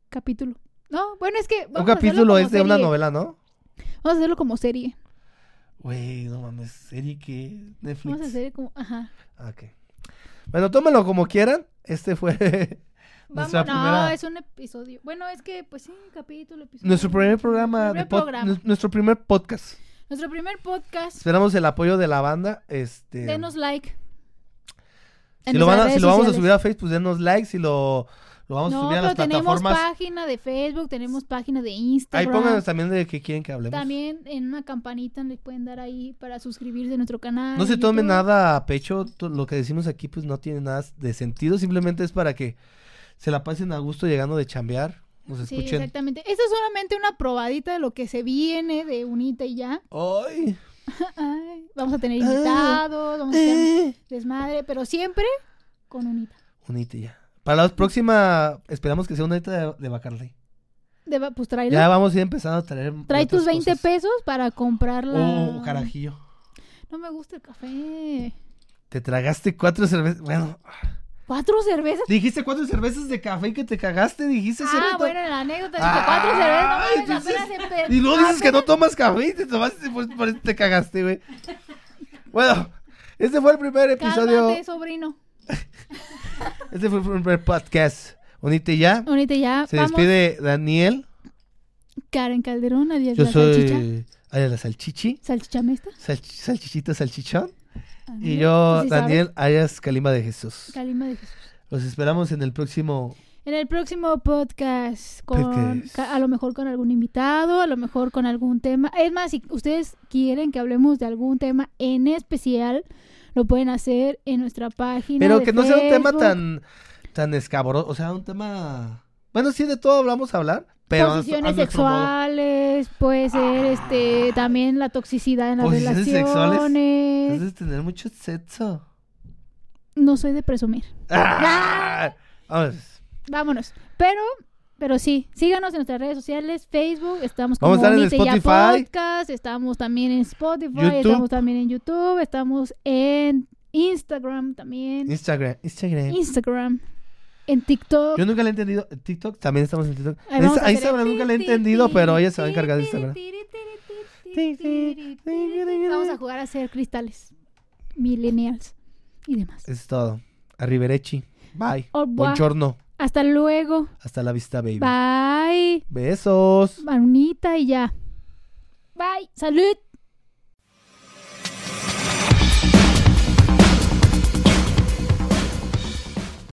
[SPEAKER 2] Capítulo. No, bueno, es que. Vamos
[SPEAKER 1] Un
[SPEAKER 2] a hacerlo
[SPEAKER 1] capítulo
[SPEAKER 2] como
[SPEAKER 1] es de una
[SPEAKER 2] serie.
[SPEAKER 1] novela, ¿no?
[SPEAKER 2] Vamos a hacerlo como serie.
[SPEAKER 1] Güey, no mames. ¿Serie que Netflix.
[SPEAKER 2] Vamos a hacer como. Ajá.
[SPEAKER 1] Ah, ok. Bueno, tómenlo como quieran. Este fue
[SPEAKER 2] Vamos,
[SPEAKER 1] nuestra
[SPEAKER 2] no,
[SPEAKER 1] primera-
[SPEAKER 2] es un episodio. Bueno, es que, pues sí, capítulo, episodio.
[SPEAKER 1] nuestro primer programa,
[SPEAKER 2] Primer
[SPEAKER 1] de pod-
[SPEAKER 2] programa.
[SPEAKER 1] nu- nuestro primer podcast.
[SPEAKER 2] Nuestro primer podcast.
[SPEAKER 1] Esperamos el apoyo de la banda. Este,
[SPEAKER 2] Denos like.
[SPEAKER 1] si
[SPEAKER 2] En
[SPEAKER 1] lo, van a- si
[SPEAKER 2] nuestras redes
[SPEAKER 1] lo vamos a
[SPEAKER 2] sociales.
[SPEAKER 1] subir a Facebook, pues denos like. Si lo, lo vamos a
[SPEAKER 2] No,
[SPEAKER 1] subir a
[SPEAKER 2] pero
[SPEAKER 1] las
[SPEAKER 2] tenemos
[SPEAKER 1] plataformas,
[SPEAKER 2] página de Facebook, tenemos página de
[SPEAKER 1] ahí
[SPEAKER 2] Instagram.
[SPEAKER 1] pónganos también de qué quieren que hablemos.
[SPEAKER 2] También en una campanita le pueden dar ahí para suscribirse a nuestro canal.
[SPEAKER 1] No se
[SPEAKER 2] de
[SPEAKER 1] tomen
[SPEAKER 2] YouTube.
[SPEAKER 1] nada a pecho. to- Lo que decimos aquí, pues no tiene nada de sentido. Simplemente es para que se la pasen a gusto llegando de chambear. Nos
[SPEAKER 2] Sí,
[SPEAKER 1] escuchen.
[SPEAKER 2] exactamente. Esta es solamente una probadita de lo que se viene de Unita y ya.
[SPEAKER 1] ¡Ay!
[SPEAKER 2] Ay, vamos a tener
[SPEAKER 1] Ah,
[SPEAKER 2] invitados, vamos a tener
[SPEAKER 1] eh.
[SPEAKER 2] desmadre, pero siempre con Unita.
[SPEAKER 1] Unite ya. Para la próxima, esperamos que sea una neta de, de Bacardi.
[SPEAKER 2] Deba- pues tráelo.
[SPEAKER 1] Ya vamos a ir empezando a traer.
[SPEAKER 2] Trae
[SPEAKER 1] otras
[SPEAKER 2] tus 20
[SPEAKER 1] cosas.
[SPEAKER 2] pesos para comprarla.
[SPEAKER 1] Oh, carajillo.
[SPEAKER 2] No me gusta el café.
[SPEAKER 1] Te tragaste cuatro cervezas. Bueno,
[SPEAKER 2] ¿Cuatro cervezas?
[SPEAKER 1] dijiste cuatro cervezas de café que te cagaste. Dijiste
[SPEAKER 2] Ah,
[SPEAKER 1] cierto.
[SPEAKER 2] bueno, la anécdota es que
[SPEAKER 1] Ah,
[SPEAKER 2] cuatro
[SPEAKER 1] ay,
[SPEAKER 2] cervezas, no mames,
[SPEAKER 1] dices-
[SPEAKER 2] apenas empe-
[SPEAKER 1] Y luego dices que no
[SPEAKER 2] apenas-
[SPEAKER 1] tomas café y te tomaste. Pues, por eso te cagaste, güey. Bueno, este fue el primer episodio.
[SPEAKER 2] Cálmate, Ah, sobrino.
[SPEAKER 1] Este fue el primer podcast. Unite ya.
[SPEAKER 2] Ahorita ya
[SPEAKER 1] Se
[SPEAKER 2] vamos.
[SPEAKER 1] despide Daniel.
[SPEAKER 2] Karen Calderón, alias
[SPEAKER 1] Yo
[SPEAKER 2] la salchicha.
[SPEAKER 1] soy. Arias la salchichi.
[SPEAKER 2] Salchicha mesta.
[SPEAKER 1] Salch- salchichita, salchichón. Y
[SPEAKER 2] Ándale.
[SPEAKER 1] yo,
[SPEAKER 2] Sí sabes.
[SPEAKER 1] Daniel Arias Calima de Jesús.
[SPEAKER 2] Calima de Jesús.
[SPEAKER 1] Los esperamos en el próximo.
[SPEAKER 2] En el próximo podcast, con,
[SPEAKER 1] Podcast.
[SPEAKER 2] ca- a lo mejor con algún invitado, a lo mejor con algún tema. Es más, si ustedes quieren que hablemos de algún tema en especial, lo pueden hacer en nuestra página.
[SPEAKER 1] Pero
[SPEAKER 2] de
[SPEAKER 1] que no sea un tema
[SPEAKER 2] Facebook.
[SPEAKER 1] tan, tan escabroso. O sea, un tema. Bueno, sí, de todo hablamos a hablar. Pero a nuestro- a
[SPEAKER 2] Posiciones
[SPEAKER 1] nuestro modo.
[SPEAKER 2] sexuales, puede ser este también la toxicidad en las
[SPEAKER 1] Posiciones
[SPEAKER 2] relaciones.
[SPEAKER 1] sexuales. Entonces, pues, tener mucho sexo.
[SPEAKER 2] No soy de presumir.
[SPEAKER 1] ¡Ah! Vamos.
[SPEAKER 2] Vámonos. Pero, pero sí, síganos en nuestras redes sociales, Facebook, estamos como
[SPEAKER 1] Vamos a estar en
[SPEAKER 2] Unite Ya
[SPEAKER 1] Spotify.
[SPEAKER 2] Podcast, estamos también en Spotify,
[SPEAKER 1] YouTube.
[SPEAKER 2] estamos también en YouTube, estamos en Instagram también,
[SPEAKER 1] Instagram, Instagram.
[SPEAKER 2] Instagram, en TikTok.
[SPEAKER 1] Yo nunca le he entendido. TikTok, también estamos en TikTok.
[SPEAKER 2] Ahí vamos
[SPEAKER 1] Esa- a
[SPEAKER 2] a hacer
[SPEAKER 1] Instagram
[SPEAKER 2] el
[SPEAKER 1] nunca le he
[SPEAKER 2] ti, ti,
[SPEAKER 1] entendido,
[SPEAKER 2] ti,
[SPEAKER 1] pero ella
[SPEAKER 2] ti,
[SPEAKER 1] se va a encargar de
[SPEAKER 2] ti,
[SPEAKER 1] Instagram.
[SPEAKER 2] ti, ti,
[SPEAKER 1] Ti,
[SPEAKER 2] ti,
[SPEAKER 1] ti,
[SPEAKER 2] ti, ti. Vamos a jugar a hacer cristales, millennials y demás.
[SPEAKER 1] Es todo. Arriverechi. Bye.
[SPEAKER 2] Oh, buah.
[SPEAKER 1] Buongiorno.
[SPEAKER 2] Hasta luego.
[SPEAKER 1] Hasta la vista, baby.
[SPEAKER 2] Bye.
[SPEAKER 1] Besos.
[SPEAKER 2] Manita y ya. Bye. Salud.